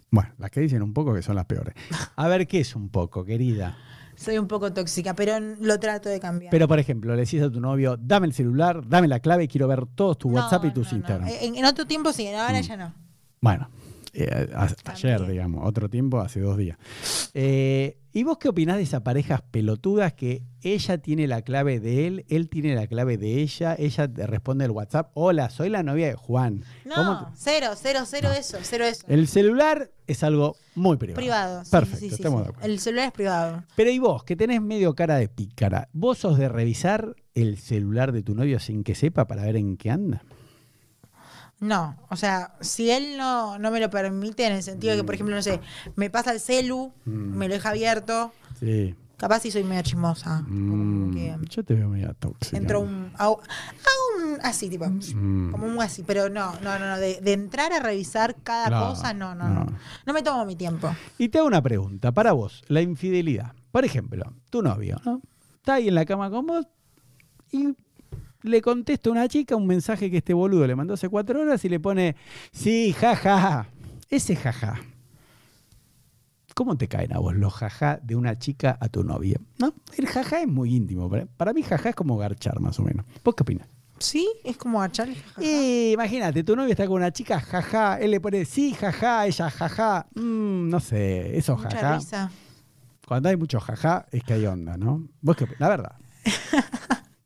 Speaker 2: Bueno, las que dicen un poco que son las peores. A ver, ¿qué es un poco, querida?
Speaker 3: Soy un poco tóxica, pero n- lo trato de cambiar.
Speaker 2: Pero, por ejemplo, le decís a tu novio, dame el celular, dame la clave, quiero ver todos tus
Speaker 3: No,
Speaker 2: WhatsApp y
Speaker 3: no, Eh,
Speaker 2: tus
Speaker 3: no, no.
Speaker 2: Instagram.
Speaker 3: En, en otro tiempo sí, ahora ya no.
Speaker 2: Bueno, eh, a- ayer,
Speaker 3: También.
Speaker 2: digamos, otro tiempo, hace dos días. Eh, ¿Y vos qué opinás de esas parejas pelotudas que ella tiene la clave de él, él tiene la clave de ella, ella te responde el WhatsApp, hola, soy la novia de Juan? ¿Cómo
Speaker 3: No,
Speaker 2: te-
Speaker 3: cero, cero, cero
Speaker 2: No.
Speaker 3: eso, cero eso.
Speaker 2: El celular es algo muy privado.
Speaker 3: privado. sí,
Speaker 2: Perfecto,
Speaker 3: sí, sí,
Speaker 2: estamos
Speaker 3: sí.
Speaker 2: de acuerdo.
Speaker 3: El celular es privado.
Speaker 2: Pero y vos, que tenés medio cara de pícara, ¿vos sos de revisar el celular de tu novio sin que sepa para ver en qué anda?
Speaker 3: No, o sea, si él no, no me lo permite en el sentido de que, por ejemplo, no sé, me pasa el celu,
Speaker 2: Mm.
Speaker 3: me lo deja abierto,
Speaker 2: Sí.
Speaker 3: capaz si soy medio chismosa. como
Speaker 2: Mm,
Speaker 3: que
Speaker 2: yo te veo medio tóxica.
Speaker 3: entro un, hago, hago un así, tipo,
Speaker 2: Mm.
Speaker 3: como un así, pero no, no, no, no, de, de entrar a revisar cada
Speaker 2: No,
Speaker 3: cosa, no, no, no,
Speaker 2: no.
Speaker 3: no. me tomo mi tiempo.
Speaker 2: Y te hago una pregunta, para vos, la infidelidad. Por ejemplo, tu novio, ¿no? Está ahí en la cama con vos y le contesta a una chica un mensaje que este boludo le mandó hace cuatro horas y le pone, sí, jaja. Ese jaja. ¿Cómo te caen a vos los jaja de una chica a tu novia? ¿No? El jaja es muy íntimo. Para, para mí jaja es como garchar más o menos. ¿Vos qué opinas?
Speaker 3: Sí, es como achar. jaja.
Speaker 2: Y imagínate, tu novio está con una chica, jaja, él le pone sí, jaja, ella, jaja, mm, no sé, eso,
Speaker 3: Mucha
Speaker 2: jaja.
Speaker 3: risa.
Speaker 2: Cuando hay mucho jaja, es que hay onda, ¿no? Vos qué opinás? la verdad.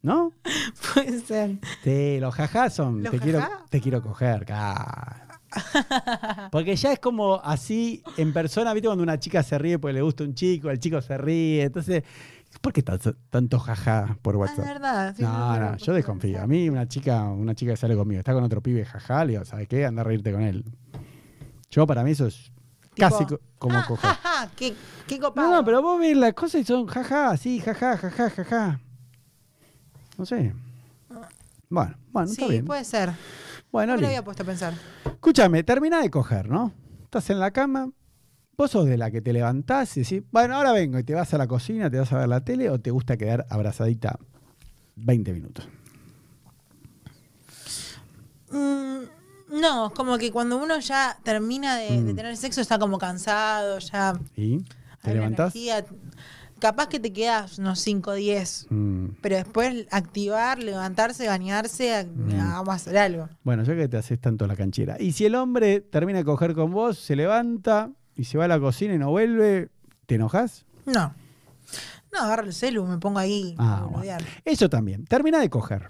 Speaker 2: ¿No?
Speaker 3: Puede ser.
Speaker 2: Sí, los jajás son
Speaker 3: ¿Los
Speaker 2: te, Quiero,
Speaker 3: jajá?
Speaker 2: te quiero coger, claro. Porque ya es como así en persona, ¿viste? Cuando una chica se ríe porque le gusta un chico, el chico se ríe. Entonces, ¿por qué tanto, tanto jajá por
Speaker 3: Ah, es
Speaker 2: WhatsApp?
Speaker 3: verdad. sí,
Speaker 2: No,
Speaker 3: lo
Speaker 2: no, yo
Speaker 3: puedo
Speaker 2: desconfío. A
Speaker 3: pensar.
Speaker 2: mí una chica, una chica que sale conmigo, está con otro pibe, jaja, le digo, ¿sabes qué? Anda a reírte con él. Yo para mí eso es
Speaker 3: Tipo,
Speaker 2: casi co- como
Speaker 3: ah,
Speaker 2: coger.
Speaker 3: ja, ja, qué, qué copado.
Speaker 2: No, no, pero vos ves las cosas y son jaja, sí, jaja, jaja, jaja. No sé. Bueno, bueno,
Speaker 3: Sí,
Speaker 2: está bien.
Speaker 3: puede ser.
Speaker 2: bueno,
Speaker 3: No me
Speaker 2: listo.
Speaker 3: lo había puesto a pensar.
Speaker 2: Escúchame, termina de coger, ¿no? Estás en la cama, vos sos de la que te levantás y decís, bueno, ahora vengo y te vas a la cocina, te vas a ver la tele o te gusta quedar abrazadita 20 minutos.
Speaker 3: Mm, no, como que cuando uno ya termina de, de tener sexo está como cansado, ya
Speaker 2: ¿Y?
Speaker 3: hay
Speaker 2: Mm. ¿Te
Speaker 3: una
Speaker 2: levantás?
Speaker 3: energía. Capaz que te quedas unos 5 o 10,
Speaker 2: Mm.
Speaker 3: pero después activar, levantarse, bañarse, a- vamos a hacer algo.
Speaker 2: Bueno, ya que te haces tanto la canchera. Y si el hombre termina de coger con vos, se levanta y se va a la cocina y no vuelve, ¿te enojas?
Speaker 3: No. No, agarro el celu, me pongo ahí. a
Speaker 2: Ah, bueno.
Speaker 3: boludear.
Speaker 2: Eso también. Termina de coger.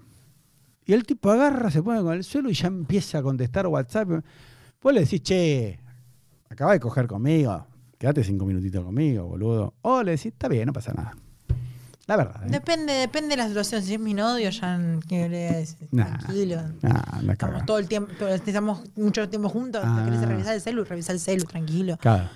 Speaker 2: Y el tipo agarra, se pone con el suelo y ya empieza a contestar WhatsApp. Vos le decís, che, acaba de coger conmigo. Quédate cinco minutitos conmigo, boludo. O le decís, está bien, no pasa nada. La verdad. ¿eh?
Speaker 3: Depende, depende de la situación. Si es mi novio, ya que le voy a decir,
Speaker 2: Nah.
Speaker 3: tranquilo.
Speaker 2: Ah, anda a
Speaker 3: Estamos
Speaker 2: cagar.
Speaker 3: todo el tiempo, todo- estamos mucho tiempo juntos.
Speaker 2: Ah. Mm,
Speaker 3: ¿te ¿Querés revisar el celu? Revisar el celu, tranquilo.
Speaker 2: Claro.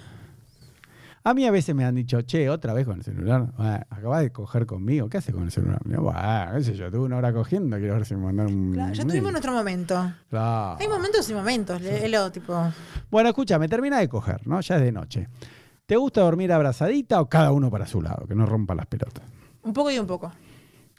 Speaker 2: A mí a veces me han dicho, che, otra vez con el celular. Bueno, acabas de coger conmigo, ¿qué haces con el celular? Digo, bueno, qué sé yo, tuve una hora cogiendo, quiero ver si me mandaron un.
Speaker 3: Claro, ya
Speaker 2: mail".
Speaker 3: tuvimos nuestro momento.
Speaker 2: Claro.
Speaker 3: Hay momentos y momentos, léelo, tipo.
Speaker 2: Bueno, escúchame, termina de coger, ¿no? Ya es de noche. ¿Te gusta dormir abrazadita o cada uno para su lado? Que no rompa las pelotas.
Speaker 3: Un poco y un poco.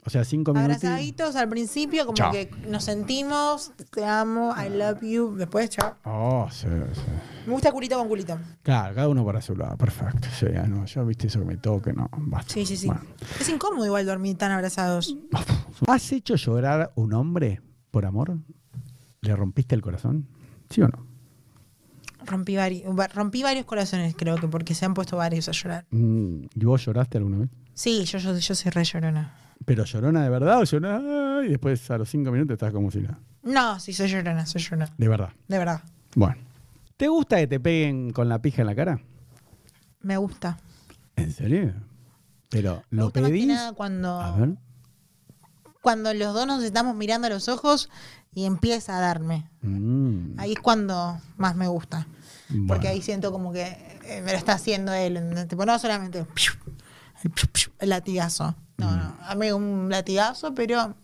Speaker 2: O sea, cinco minutos.
Speaker 3: Abrazaditos al principio, como
Speaker 2: Chao. Ah.
Speaker 3: que nos sentimos, te amo, I love you. Después, chao.
Speaker 2: Oh, sí, sí.
Speaker 3: Me gusta culito con culito.
Speaker 2: Claro, cada uno para su lado, perfecto. Sí, ah, no, yo viste eso que me toque, no, basta.
Speaker 3: Sí, sí, sí.
Speaker 2: Bueno.
Speaker 3: Es incómodo igual dormir tan abrazados.
Speaker 2: ¿Has hecho llorar un hombre por amor? ¿Le rompiste el corazón? ¿Sí o no?
Speaker 3: Rompí, vari- rompí varios corazones, creo que, porque se han puesto varios a llorar.
Speaker 2: Mm, ¿Y vos lloraste alguna vez?
Speaker 3: Sí, yo, yo, yo soy re llorona.
Speaker 2: ¿Pero llorona de verdad o llorona? Y después a los cinco minutos estás como si nada.
Speaker 3: No, sí, soy llorona, soy llorona.
Speaker 2: De verdad.
Speaker 3: De verdad.
Speaker 2: Bueno. ¿Te gusta que te peguen con la pija en la cara?
Speaker 3: Me gusta.
Speaker 2: ¿En serio? Pero
Speaker 3: Me
Speaker 2: lo
Speaker 3: gusta más que
Speaker 2: pedís.
Speaker 3: nada cuando-
Speaker 2: A ver.
Speaker 3: Cuando los dos nos estamos mirando a los ojos y empieza a darme.
Speaker 2: Mm,
Speaker 3: Ahí es cuando más me gusta. Porque
Speaker 2: bueno.
Speaker 3: ahí siento como que eh, me lo está haciendo él. ¿entendés? Tipo, no solamente el, piu, el piu, piu, el latigazo. No,
Speaker 2: Mm.
Speaker 3: no. A mí un latigazo, pero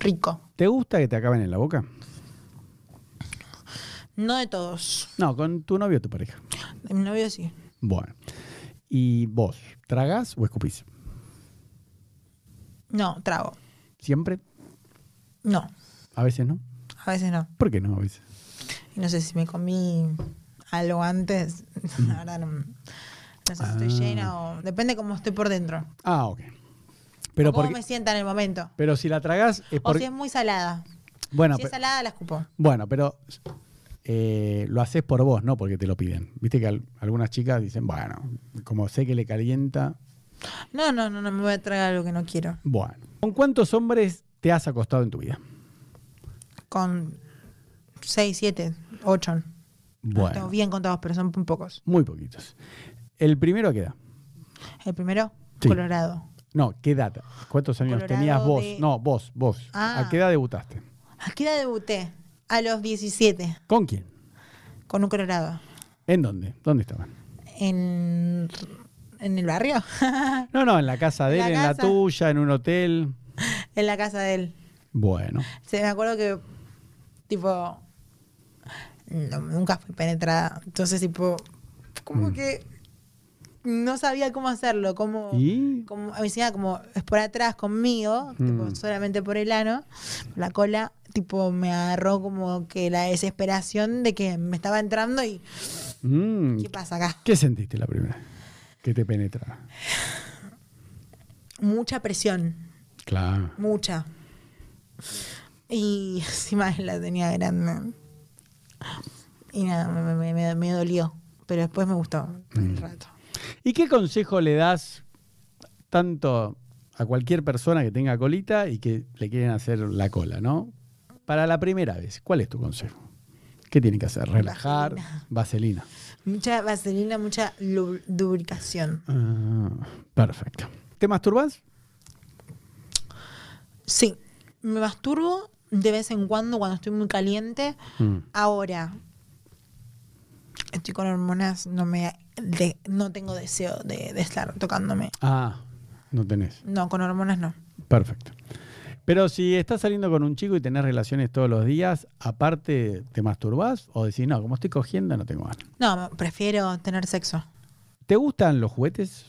Speaker 3: rico.
Speaker 2: ¿Te gusta que te acaben en la boca?
Speaker 3: No de todos.
Speaker 2: No, con tu novio o tu pareja.
Speaker 3: De mi novio sí.
Speaker 2: Bueno. ¿Y vos? ¿Tragás o escupís?
Speaker 3: No, trago.
Speaker 2: ¿Siempre?
Speaker 3: No.
Speaker 2: ¿A veces no?
Speaker 3: A veces no.
Speaker 2: ¿Por qué no a veces?
Speaker 3: Y no sé si me comí algo antes.
Speaker 2: Mm.
Speaker 3: Ahora no, no sé si estoy llena o. Depende cómo estoy por dentro.
Speaker 2: Ah, ok.
Speaker 3: Pero
Speaker 2: Pero,
Speaker 3: cómo
Speaker 2: porque-
Speaker 3: me sienta en el momento.
Speaker 2: pero si la tragás es
Speaker 3: O
Speaker 2: porque...
Speaker 3: si es muy salada.
Speaker 2: Bueno,
Speaker 3: si
Speaker 2: pe-
Speaker 3: es salada, la escupo.
Speaker 2: bueno, pero... eh, lo haces por vos, no porque te lo piden. Viste que al- algunas chicas dicen, bueno, como sé que le calienta,
Speaker 3: No, no, no, no me voy a traer algo que no quiero.
Speaker 2: bueno. ¿Con cuántos hombres te has acostado en tu vida?
Speaker 3: Con 6, 7, 8. Tengo
Speaker 2: Bueno,
Speaker 3: bien contados, pero son muy pocos.
Speaker 2: muy poquitos. El primero queda.
Speaker 3: El primero,
Speaker 2: Sí.
Speaker 3: Colorado.
Speaker 2: No, ¿qué edad? ¿Cuántos años
Speaker 3: Colorado
Speaker 2: tenías vos?
Speaker 3: de-
Speaker 2: No, vos, vos.
Speaker 3: Ah.
Speaker 2: ¿A qué edad debutaste?
Speaker 3: ¿A qué edad debuté? A los 17,
Speaker 2: ¿Con quién?
Speaker 3: con un Colorado.
Speaker 2: ¿En dónde? ¿Dónde estaban?
Speaker 3: En, en el barrio,
Speaker 2: No, no, en la casa de
Speaker 3: En la
Speaker 2: él, en la
Speaker 3: casa.
Speaker 2: tuya, en un hotel.
Speaker 3: en la casa de él.
Speaker 2: Bueno,
Speaker 3: Se me acuerdo que, tipo, no, nunca fui penetrada. Entonces, tipo,
Speaker 2: Mm.
Speaker 3: como que no sabía cómo hacerlo. Cómo,
Speaker 2: ¿Y?
Speaker 3: Como, me decía, como, es por atrás conmigo,
Speaker 2: Mm.
Speaker 3: tipo, solamente por el ano, por la cola. Tipo, me agarró como que la desesperación de que me estaba entrando y,
Speaker 2: Mm,
Speaker 3: ¿qué pasa acá?
Speaker 2: ¿qué sentiste la primera? vez Que te penetra.
Speaker 3: Mucha presión,
Speaker 2: Claro.
Speaker 3: mucha. Y encima la tenía grande. Y nada, me, me- me- me dolió. Pero después me gustó el rato.
Speaker 2: ¿Y qué consejo le das tanto a cualquier persona que tenga colita y que le quieren hacer la cola, ¿no? Para la primera vez, ¿cuál es tu consejo? ¿Qué tiene que hacer? Relajar, vaselina.
Speaker 3: Mucha vaselina, mucha lu- lubricación.
Speaker 2: Ah, perfecto. ¿Te masturbas?
Speaker 3: Sí, me masturbo de vez en cuando cuando estoy muy caliente.
Speaker 2: Mm.
Speaker 3: Ahora, estoy con hormonas, no me de- no tengo deseo de, de estar tocándome.
Speaker 2: Ah, no tenés.
Speaker 3: No, con hormonas no.
Speaker 2: Perfecto. Pero si estás saliendo con un chico y tenés relaciones todos los días, aparte, ¿te masturbás? O decís, no, como estoy cogiendo, no tengo ganas.
Speaker 3: No, prefiero tener sexo.
Speaker 2: ¿Te gustan los juguetes?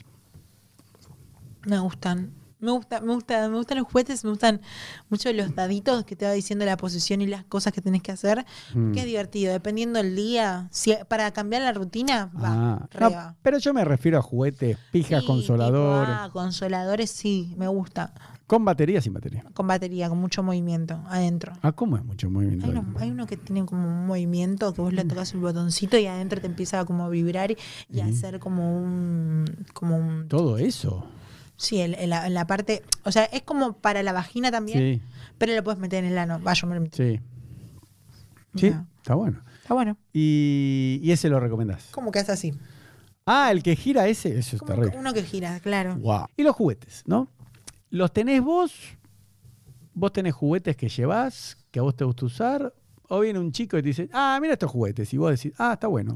Speaker 3: Me gustan. Me gusta, me gusta, me gustan los juguetes, me gustan mucho los daditos que te va diciendo la posición y las cosas que tenés que hacer.
Speaker 2: Mm.
Speaker 3: Que es divertido, dependiendo del día. Si, para cambiar la rutina, va,
Speaker 2: Ah,
Speaker 3: re
Speaker 2: no,
Speaker 3: va.
Speaker 2: pero yo me refiero a juguetes, pijas,
Speaker 3: Sí,
Speaker 2: consoladores,
Speaker 3: tipo, ah, consoladores sí, me gusta.
Speaker 2: con batería, sin batería.
Speaker 3: Con batería, con mucho movimiento adentro.
Speaker 2: Ah, ¿cómo es mucho movimiento?
Speaker 3: Hay uno, hay uno que tiene como un movimiento que vos
Speaker 2: Mm.
Speaker 3: le tocas un botoncito y adentro te empieza a como vibrar y a hacer como un. Como un
Speaker 2: Todo eso.
Speaker 3: sí, en, en la, en la parte. O sea, es como para la vagina también,
Speaker 2: Sí,
Speaker 3: pero lo puedes meter en el ano. Va, yo me lo metí.
Speaker 2: sí. Sí,
Speaker 3: No.
Speaker 2: está bueno.
Speaker 3: Está bueno.
Speaker 2: Y, y ese lo recomendás.
Speaker 3: Como que hace así.
Speaker 2: Ah, el que gira ese, eso está
Speaker 3: Como
Speaker 2: rico.
Speaker 3: que uno que gira, claro.
Speaker 2: Guau. Y los juguetes, ¿no? ¿Los tenés vos? ¿Vos tenés juguetes que llevás, que a vos te gusta usar? ¿O viene un chico y te dice, ah, mira estos juguetes? Y vos decís, ah, está bueno.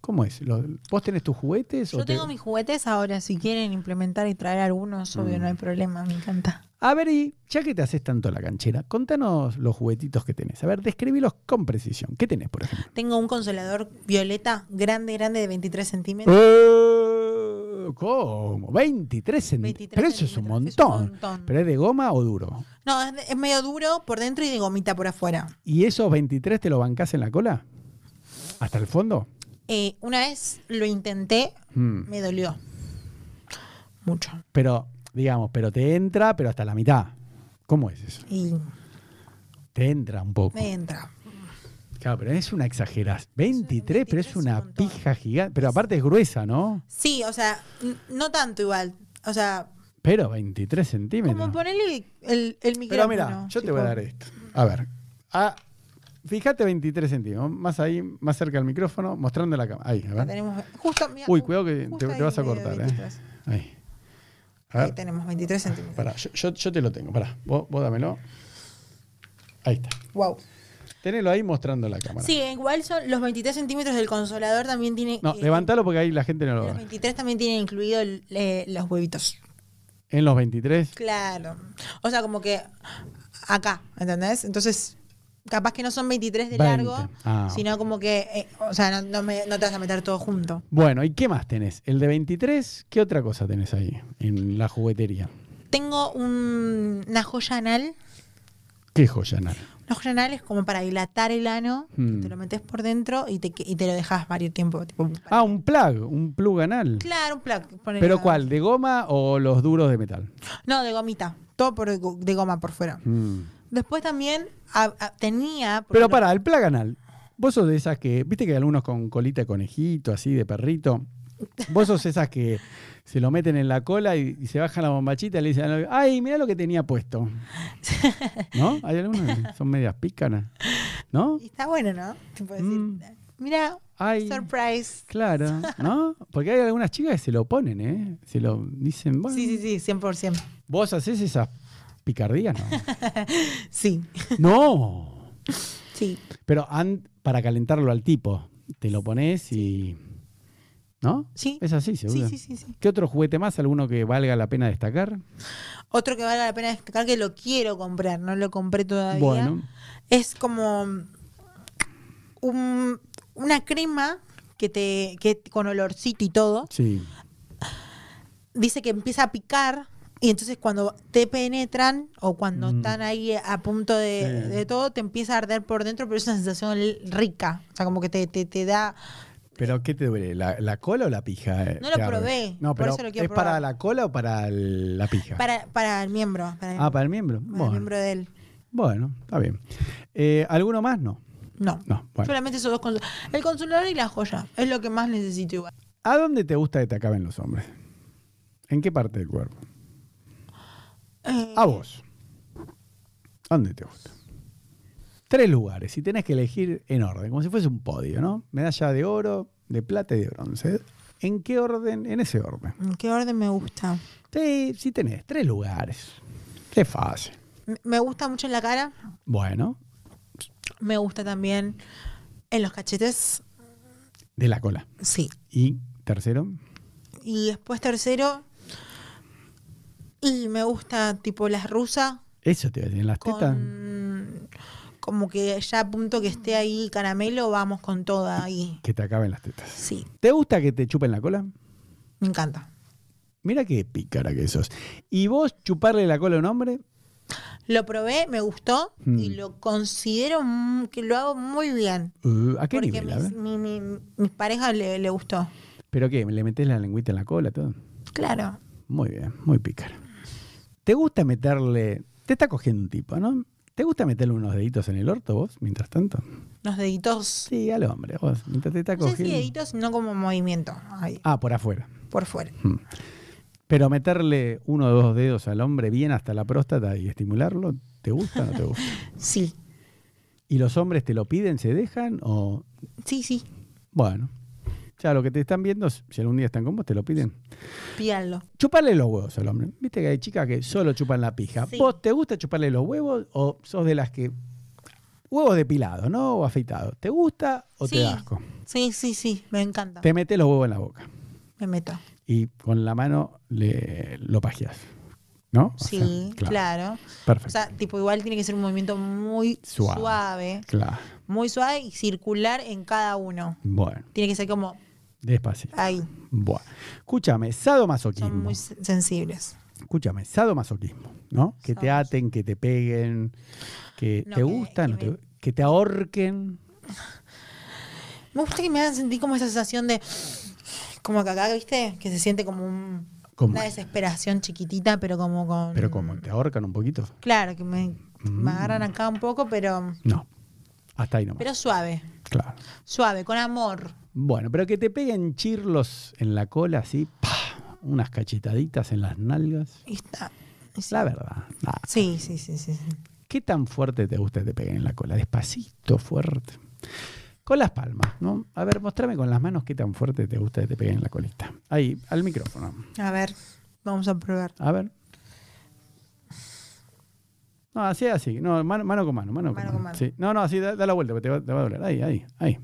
Speaker 2: ¿Cómo es? ¿Lo- ¿Vos tenés tus juguetes? o
Speaker 3: Yo
Speaker 2: te-
Speaker 3: tengo mis juguetes ahora, si quieren implementar y traer algunos, obvio, no hay problema, me encanta.
Speaker 2: A ver, y ya que te haces tanto la canchera, contanos los juguetitos que tenés. A ver, describilos con precisión. ¿Qué tenés, por ejemplo?
Speaker 3: Tengo un consolador violeta, grande, grande, de 23 centímetros.
Speaker 2: Eh, ¿Cómo? 23 centímetros.
Speaker 3: 23
Speaker 2: Pero eso es un
Speaker 3: centímetros, es un
Speaker 2: montón.
Speaker 3: montón.
Speaker 2: ¿Pero es de goma o duro?
Speaker 3: No, es, de- es medio duro por dentro y de gomita por afuera.
Speaker 2: ¿Y esos 23 te lo bancás en la cola? ¿Hasta el fondo?
Speaker 3: Eh, una vez lo intenté,
Speaker 2: Mm.
Speaker 3: me dolió. Mucho.
Speaker 2: Pero, digamos, pero te entra, pero hasta la mitad. ¿Cómo es eso?
Speaker 3: Y
Speaker 2: Te entra un poco.
Speaker 3: me entra.
Speaker 2: Claro, pero es una exageración. 23, pero es
Speaker 3: 23 es
Speaker 2: una
Speaker 3: un montón.
Speaker 2: pija gigante. Pero aparte es gruesa, ¿no?
Speaker 3: Sí, o sea, n- no tanto igual. O sea,
Speaker 2: Pero 23 centímetros.
Speaker 3: como ponerle el, el
Speaker 2: Pero
Speaker 3: micrófono.
Speaker 2: mira, yo te
Speaker 3: tipo,
Speaker 2: voy a dar esto. A ver. Ah, fíjate 23 centímetros. Más ahí, más cerca del micrófono, mostrando la cámara. Ahí, a
Speaker 3: la
Speaker 2: ver.
Speaker 3: tenemos justo, mira,
Speaker 2: ¿Eh? Uy,
Speaker 3: ju-
Speaker 2: cuidado que te,
Speaker 3: justo
Speaker 2: te
Speaker 3: ahí
Speaker 2: vas a
Speaker 3: medio
Speaker 2: cortar, ¿eh?
Speaker 3: 23.
Speaker 2: Ahí. A
Speaker 3: Ahí
Speaker 2: ver.
Speaker 3: tenemos 23 centímetros.
Speaker 2: Pará, yo, yo- yo te lo tengo. Pará, vos, vos dámelo. Ahí está.
Speaker 3: Wow.
Speaker 2: Tenelo ahí mostrando la cámara.
Speaker 3: Sí, igual son los 23 centímetros del consolador también tiene.
Speaker 2: No,
Speaker 3: eh,
Speaker 2: levantalo porque ahí la gente no lo
Speaker 3: Los
Speaker 2: va.
Speaker 3: 23 también tiene incluido el- eh, los huevitos.
Speaker 2: En los 23.
Speaker 3: Claro. O sea, como que acá, ¿entendés? Entonces, capaz que no son 23 de
Speaker 2: 20.
Speaker 3: largo,
Speaker 2: Ah.
Speaker 3: sino como que, eh, o sea, no, no me- no te vas a meter todo junto.
Speaker 2: Bueno, ¿y qué más tenés? El de 23, ¿qué otra cosa tenés ahí en la juguetería?
Speaker 3: Tengo un- una joya anal.
Speaker 2: ¿Qué joya, Nara?
Speaker 3: Una joya anal es como para dilatar el ano, que
Speaker 2: Hmm.
Speaker 3: te lo metes por dentro y te, que- y te lo dejas varios tiempos. tipo, para-
Speaker 2: Ah, un plug, un plug anal.
Speaker 3: Claro, un plug. ponele
Speaker 2: ¿Pero
Speaker 3: acá.
Speaker 2: cuál? ¿De goma o los duros de metal?
Speaker 3: No, de gomita. Todo por, de goma por fuera.
Speaker 2: Mm.
Speaker 3: Después también a- a- tenía... porque
Speaker 2: Pero
Speaker 3: no-
Speaker 2: para, el plug anal. Vos sos de esas que, viste que hay algunos con colita de conejito, así, de perrito. Vos sos esas que se lo meten en la cola y, y se bajan la bombachita y le dicen, al novio, ay, mira lo que tenía puesto. ¿No? Hay algunos que son medias pícanas. ¿No?
Speaker 3: Y está bueno, ¿no? Te puedo decir,
Speaker 2: Mm.
Speaker 3: mira,
Speaker 2: Ay,
Speaker 3: surprise.
Speaker 2: claro, ¿no? Porque hay algunas chicas que se lo ponen, ¿eh? Se lo dicen, bueno,
Speaker 3: Sí, sí, sí, 100%.
Speaker 2: vos haces esas picardías,
Speaker 3: Sí,
Speaker 2: ¿no? no.
Speaker 3: sí.
Speaker 2: Pero an- para calentarlo al tipo, te lo pones y. ¿No?
Speaker 3: Sí.
Speaker 2: Es así, seguro.
Speaker 3: Sí, sí, sí, sí.
Speaker 2: ¿Qué otro juguete más? ¿Alguno que valga la pena destacar?
Speaker 3: Otro que valga la pena destacar que lo quiero comprar, no lo compré todavía.
Speaker 2: Bueno.
Speaker 3: Es como mm, un- una crema que te que con olorcito y todo.
Speaker 2: Sí.
Speaker 3: Dice que empieza a picar y entonces cuando te penetran o cuando
Speaker 2: Mm.
Speaker 3: están ahí a punto de,
Speaker 2: Sí.
Speaker 3: de todo, te empieza a arder por dentro, pero es una sensación l- rica. O sea, como que te, te, te da...
Speaker 2: ¿Pero qué te duele? ¿La, la cola o la pija? eh?
Speaker 3: No lo
Speaker 2: Te arde.
Speaker 3: probé,
Speaker 2: No,
Speaker 3: por
Speaker 2: pero
Speaker 3: eso lo quiero
Speaker 2: ¿es
Speaker 3: probar.
Speaker 2: para la cola o para el- la pija?
Speaker 3: Para, para el miembro. Para el,
Speaker 2: ah, para el miembro.
Speaker 3: para el
Speaker 2: bueno.
Speaker 3: miembro de él.
Speaker 2: Bueno, está bien. Eh, ¿Alguno más? No.
Speaker 3: No.
Speaker 2: No, bueno.
Speaker 3: Solamente esos dos consu- El consolador y la joya. Es lo que más necesito igual.
Speaker 2: ¿A dónde te gusta que te acaben los hombres? ¿En qué parte del cuerpo?
Speaker 3: Eh,
Speaker 2: A vos. ¿A ¿Dónde te gusta? Tres lugares y tenés que elegir en orden, como si fuese un podio, ¿no? Medalla de oro, de plata y de bronce. ¿En qué orden? En ese orden.
Speaker 3: ¿En qué orden me gusta?
Speaker 2: Sí, sí tenés. Tres lugares. Qué fácil.
Speaker 3: Me- Me gusta mucho en la cara.
Speaker 2: Bueno,
Speaker 3: Me gusta también en los cachetes.
Speaker 2: de la cola.
Speaker 3: Sí.
Speaker 2: Y tercero,
Speaker 3: Y después tercero. Y me gusta tipo las rusas.
Speaker 2: eso te voy a decir, en las tetas.
Speaker 3: Con, como que ya a punto que esté ahí caramelo, vamos con toda ahí.
Speaker 2: Que te acaben las tetas.
Speaker 3: Sí,
Speaker 2: ¿Te gusta que te chupen la cola?
Speaker 3: me encanta.
Speaker 2: Mira qué pícara que sos. ¿Y vos chuparle la cola a un hombre?
Speaker 3: Lo probé, me gustó y
Speaker 2: Mm.
Speaker 3: lo considero mm, que lo hago muy bien.
Speaker 2: Uh, ¿A qué
Speaker 3: porque
Speaker 2: nivel? A ver.
Speaker 3: mis, mi- mi- mis parejas le, le gustó.
Speaker 2: ¿Pero qué? ¿Le metes la lengüita en la cola? todo?
Speaker 3: Claro.
Speaker 2: Muy bien, muy pícara. ¿Te gusta meterle... Te está cogiendo un tipo, ¿no? ¿Te gusta meterle unos deditos en el orto vos, mientras tanto?
Speaker 3: Los deditos.
Speaker 2: Sí, al hombre, vos. Mientras te está
Speaker 3: No sé si
Speaker 2: cogiendo...
Speaker 3: deditos, sino como movimiento. ahí,
Speaker 2: ah, por afuera.
Speaker 3: por fuera.
Speaker 2: Hmm. Pero meterle uno o dos dedos al hombre bien hasta la próstata y estimularlo, ¿te gusta o no te gusta?
Speaker 3: Sí.
Speaker 2: ¿Y los hombres te lo piden, se dejan o...?
Speaker 3: Sí, sí.
Speaker 2: Bueno. Ya lo que te están viendo, si algún día están con vos, te lo piden.
Speaker 3: Pídanlo.
Speaker 2: Chuparle los huevos al hombre. Viste que hay chicas que solo chupan la pija.
Speaker 3: Sí.
Speaker 2: ¿Vos te gusta chuparle los huevos o sos de las que. Huevos depilados, ¿no? O afeitados. ¿Te gusta o te
Speaker 3: Sí.
Speaker 2: da asco?
Speaker 3: Sí, sí, sí. Me encanta.
Speaker 2: Te metes los huevos en la boca
Speaker 3: Me meto.
Speaker 2: y con la mano le, lo pajeás. ¿No? O
Speaker 3: Sí,
Speaker 2: sea,
Speaker 3: claro.
Speaker 2: Perfecto.
Speaker 3: O sea, tipo, igual tiene que ser un movimiento muy
Speaker 2: Suave.
Speaker 3: suave.
Speaker 2: claro.
Speaker 3: Muy suave y circular en cada uno.
Speaker 2: Bueno,
Speaker 3: Tiene que ser como
Speaker 2: despacito.
Speaker 3: ahí.
Speaker 2: Bueno. Escúchame,
Speaker 3: Ah. Son
Speaker 2: sadomasoquismo.
Speaker 3: muy sen- sensibles.
Speaker 2: Escúchame, sadomasoquismo, ¿no? Que te
Speaker 3: Sadomas-
Speaker 2: aten, que te peguen, que
Speaker 3: No,
Speaker 2: te
Speaker 3: que-
Speaker 2: gusta,
Speaker 3: que
Speaker 2: no te-
Speaker 3: me-
Speaker 2: que te ahorquen.
Speaker 3: Me gusta que me hagan sentir como esa sensación de. Como que acá, ¿viste? Que se siente como un-
Speaker 2: ¿Cómo
Speaker 3: una
Speaker 2: es?
Speaker 3: desesperación chiquitita, pero como con.
Speaker 2: Pero como Mm. te ahorcan un poquito.
Speaker 3: Claro, que me, me agarran acá un poco, pero.
Speaker 2: No. Hasta ahí nomás.
Speaker 3: Pero suave.
Speaker 2: claro.
Speaker 3: Suave, con amor.
Speaker 2: Bueno, pero que te peguen chirlos en la cola así, ¡pah! unas cachetaditas en las nalgas.
Speaker 3: Y está-
Speaker 2: La verdad. nada.
Speaker 3: Sí, sí, sí, sí. sí.
Speaker 2: ¿Qué tan fuerte te gusta que te peguen en la cola? Despacito, fuerte. Con las palmas, ¿no? A ver, mostrame con las manos qué tan fuerte te gusta que te peguen en la colita. Ahí, al micrófono.
Speaker 3: A ver, vamos a probar.
Speaker 2: A ver. No, así, así. No, mano, mano con mano, mano, con mano.
Speaker 3: Mano con mano.
Speaker 2: Sí. No, no, así, da, da la vuelta, porque te va, te va a doler. Ahí, ahí, ahí.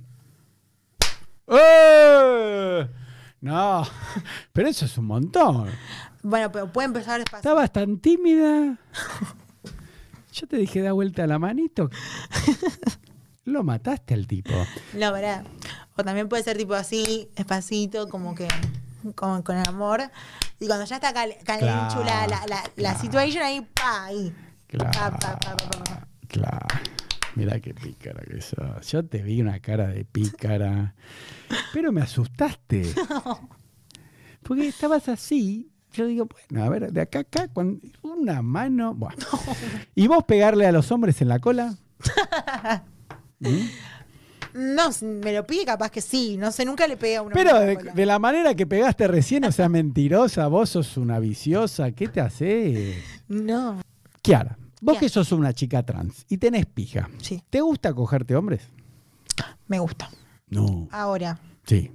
Speaker 2: ¡Eh! No, pero eso es un montón.
Speaker 3: Bueno, pero puede empezar despacio.
Speaker 2: Estabas tan tímida. Yo te dije, da vuelta la manito. Lo mataste al tipo.
Speaker 3: No, verdad. O también puede ser tipo así, despacito, como que con, con amor. Y cuando ya está cal, calenchula la, la, la
Speaker 2: claro.
Speaker 3: situación ahí, pa, ahí.
Speaker 2: Claro.
Speaker 3: Pa, pa, pa, pa, pa, pa.
Speaker 2: Claro. Mirá qué pícara que sos. Yo te vi una cara de pícara. Pero me asustaste. Porque estabas así. Yo digo, bueno, a ver, de acá a acá, con una mano. Bueno. ¿Y vos pegarle a los hombres en la cola? ¿Mm?
Speaker 3: No, si me lo pide capaz que sí. No sé, nunca le pegué a una
Speaker 2: Pero
Speaker 3: mujer
Speaker 2: de,
Speaker 3: cola.
Speaker 2: de la manera que pegaste recién, o sea, mentirosa, vos sos una viciosa, ¿qué te haces?
Speaker 3: No,
Speaker 2: Kiara, vos
Speaker 3: Kiara.
Speaker 2: que sos una chica trans y tenés pija,
Speaker 3: sí,
Speaker 2: ¿te gusta cogerte hombres?
Speaker 3: me gusta.
Speaker 2: No.
Speaker 3: Ahora,
Speaker 2: Sí.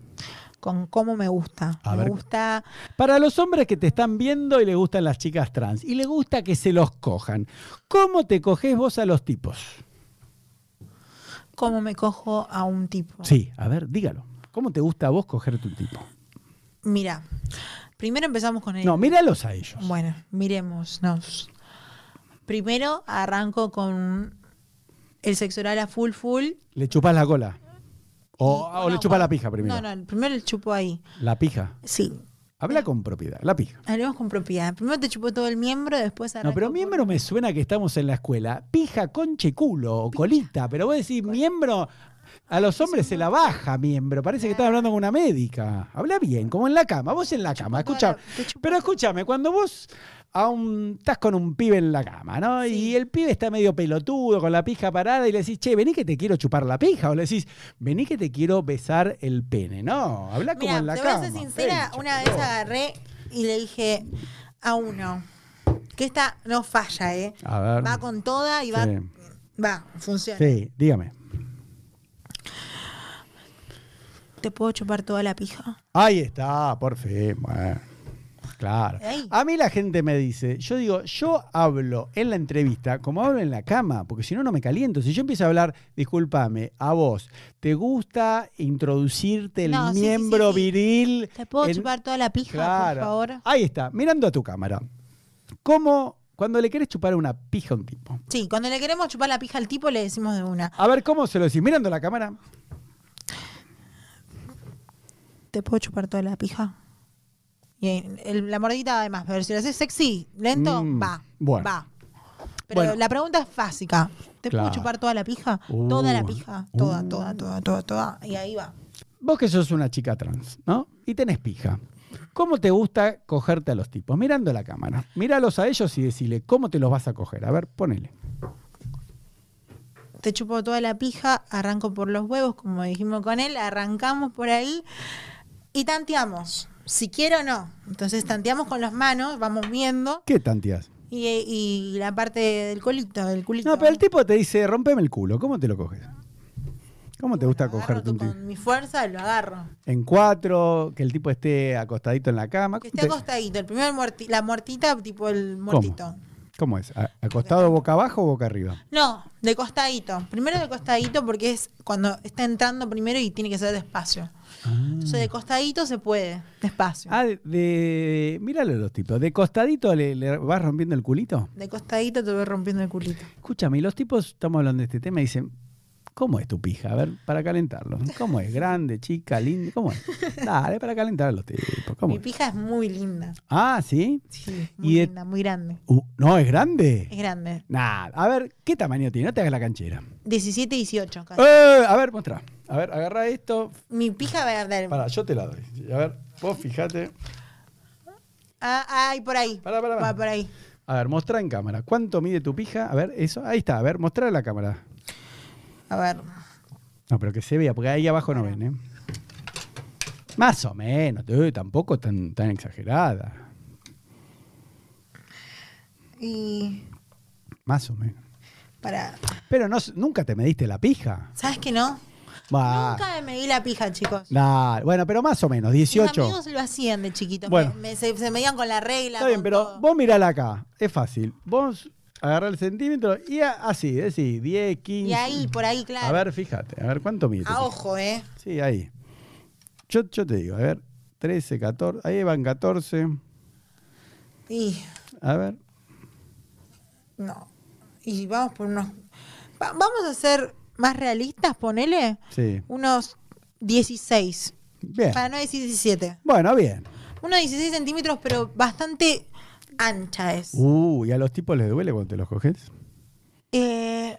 Speaker 3: con cómo me gusta.
Speaker 2: A
Speaker 3: me
Speaker 2: ver.
Speaker 3: gusta.
Speaker 2: Para los hombres que te están viendo y les gustan las chicas trans y les gusta que se los cojan, ¿cómo te coges vos a los tipos?
Speaker 3: cómo me cojo a un tipo.
Speaker 2: Sí, a ver, dígalo. ¿Cómo te gusta a vos cogerte un tipo?
Speaker 3: Mira, primero empezamos con el.
Speaker 2: No, míralos a ellos.
Speaker 3: Bueno, miremosnos. Primero arranco con el sexo oral a full full.
Speaker 2: ¿Le chupás la cola? ¿O,
Speaker 3: Y-
Speaker 2: o le
Speaker 3: no,
Speaker 2: chupás la
Speaker 3: bueno,
Speaker 2: pija primero?
Speaker 3: No, no, primero el chupo ahí.
Speaker 2: La pija.
Speaker 3: Sí.
Speaker 2: Habla con propiedad, la pija.
Speaker 3: Hablemos con propiedad. Primero te chupo todo el miembro, después
Speaker 2: No, pero
Speaker 3: arranco
Speaker 2: miembro me suena que estamos en la escuela. Pija, conche, culo o colita. Pero vos decís miembro. A los hombres se la baja miembro. Parece que estás hablando con una médica. Habla bien, como en la cama. Vos en la cama. Escucha.
Speaker 3: toda la- te chupo
Speaker 2: Pero escúchame, cuando vos a un, estás con un pibe en la cama, ¿no? Y el pibe está medio pelotudo, con la pija parada, y le decís, che, vení que te quiero chupar la pija. O le decís, vení que te quiero besar el pene. No, habla
Speaker 3: con-
Speaker 2: como
Speaker 3: Mira,
Speaker 2: en la
Speaker 3: te voy
Speaker 2: cama.
Speaker 3: a ser sincera,
Speaker 2: Pencho,
Speaker 3: una vez
Speaker 2: pero-
Speaker 3: agarré y le dije a uno que esta no falla, ¿eh?
Speaker 2: A ver.
Speaker 3: Va con toda y va.
Speaker 2: Sí.
Speaker 3: Va, funciona.
Speaker 2: Sí, dígame.
Speaker 3: Te puedo chupar toda la pija.
Speaker 2: Ahí está, por fin. bueno, claro.
Speaker 3: Ey.
Speaker 2: A mí la gente me dice, yo digo, yo hablo en la entrevista como hablo en la cama, porque si no, no me caliento. Si yo empiezo a hablar, discúlpame, a vos, ¿te gusta introducirte el
Speaker 3: No, sí, sí,
Speaker 2: miembro
Speaker 3: sí, sí.
Speaker 2: viril?
Speaker 3: ¿Te puedo
Speaker 2: en-
Speaker 3: chupar toda la pija,
Speaker 2: Claro.
Speaker 3: por favor?
Speaker 2: Ahí está, mirando a tu cámara. ¿Cómo, cuando le querés chupar una pija a un tipo?
Speaker 3: Sí, cuando le queremos chupar la pija al tipo le decimos de una.
Speaker 2: A ver, ¿cómo se lo decís? Mirando la cámara.
Speaker 3: ¿Te puedo chupar toda la pija? Y el- el- la mordita además, pero si lo haces sexy, lento,
Speaker 2: Mm,
Speaker 3: va.
Speaker 2: bueno.
Speaker 3: Va. Pero
Speaker 2: Bueno.
Speaker 3: la pregunta es básica. ¿Te
Speaker 2: Claro.
Speaker 3: puedo chupar toda la pija?
Speaker 2: Uh,
Speaker 3: toda la pija. Toda,
Speaker 2: uh.
Speaker 3: toda, toda, toda, toda. Y ahí va.
Speaker 2: Vos que sos una chica trans, ¿no? Y tenés pija. ¿Cómo te gusta cogerte a los tipos? Mirando la cámara. Míralos a ellos y decirle cómo te los vas a coger. A ver, ponele.
Speaker 3: Te chupo toda la pija, arranco por los huevos, como dijimos con él, arrancamos por ahí y tanteamos. Si quiero o no. Entonces tanteamos con las manos, vamos viendo.
Speaker 2: ¿Qué tanteas?
Speaker 3: Y, y la parte del colito, del culito.
Speaker 2: No, pero el tipo te dice, rompeme el culo. ¿Cómo te lo coges? ¿Cómo te gusta
Speaker 3: Agarro
Speaker 2: cogerte un tipo?
Speaker 3: Con mi fuerza lo agarro.
Speaker 2: En cuatro, que el tipo esté acostadito en la cama.
Speaker 3: Que
Speaker 2: ¿Cómo
Speaker 3: esté
Speaker 2: te-
Speaker 3: acostadito. El primer muerti- la muertita, tipo el
Speaker 2: Ah, ¿Cómo?
Speaker 3: muertito.
Speaker 2: ¿Cómo es? ¿A- ¿Acostado boca abajo o boca arriba?
Speaker 3: No, de costadito. Primero de costadito porque es cuando está entrando primero y tiene que ser despacio. Entonces de costadito se puede, despacio.
Speaker 2: Mm. Ah, de, de- Míralo a los tipos. ¿De costadito le- le vas rompiendo el culito?
Speaker 3: De costadito te voy rompiendo el culito.
Speaker 2: Escúchame, y los tipos, estamos hablando de este tema, y dicen, ¿cómo es tu pija? A ver, para calentarlo. ¿Cómo es? ¿Grande, chica, linda? ¿Cómo es? Dale, para calentar a los tipos. ¿Cómo
Speaker 3: Mi
Speaker 2: es?
Speaker 3: pija es muy linda.
Speaker 2: Ah, ¿sí?
Speaker 3: Sí,
Speaker 2: Y
Speaker 3: muy
Speaker 2: de-
Speaker 3: linda, muy grande.
Speaker 2: Uh, no, ¿es grande?
Speaker 3: Es grande.
Speaker 2: Nada. A ver, ¿qué tamaño tiene? No te hagas la canchera.
Speaker 3: 17, 18 casi.
Speaker 2: Eh, a ver, mostrá. A ver, agarra esto.
Speaker 3: Mi pija verde.
Speaker 2: Pará, yo te la doy. A ver, vos fijate.
Speaker 3: Ah, ay, por ahí.
Speaker 2: Pará, pará, pará.
Speaker 3: Va por ahí.
Speaker 2: A ver, mostrá en cámara. ¿Cuánto mide tu pija? A ver, eso. Ahí está. A ver, mostrá a la cámara.
Speaker 3: A ver.
Speaker 2: No, pero que se vea, porque ahí abajo no ven, ¿eh? Más o menos, eh, tampoco tan, tan exagerada.
Speaker 3: Y
Speaker 2: Más o menos.
Speaker 3: para.
Speaker 2: Pero no, s- nunca te mediste la pija.
Speaker 3: ¿Sabes qué no?
Speaker 2: Bah,
Speaker 3: Nunca me di la pija, chicos.
Speaker 2: nah, bueno, pero más o menos,
Speaker 3: Mis
Speaker 2: 18.
Speaker 3: amigos lo hacían de chiquitos.
Speaker 2: Bueno.
Speaker 3: Me- me- se, se medían con la regla.
Speaker 2: Está bien,
Speaker 3: con
Speaker 2: pero
Speaker 3: todo.
Speaker 2: vos mirala acá. Es fácil. Vos agarrá el centímetro y a- así, decís, 10, 15.
Speaker 3: Y ahí, por ahí, claro.
Speaker 2: A ver, fíjate, a ver cuánto mide. tu
Speaker 3: A
Speaker 2: pija?
Speaker 3: ojo, ¿eh?
Speaker 2: Sí, ahí. Yo, yo te digo, a ver, 13, 14. Ahí van 14.
Speaker 3: Y.
Speaker 2: A ver.
Speaker 3: No. Y vamos por unos. va- vamos a ser más realistas, ponele.
Speaker 2: Sí.
Speaker 3: Unos 16.
Speaker 2: Bien.
Speaker 3: Para no decir 17.
Speaker 2: Bueno, bien.
Speaker 3: Unos 16 centímetros, pero bastante ancha es.
Speaker 2: Uh, ¿y a los tipos les duele cuando te los coges?
Speaker 3: Eh,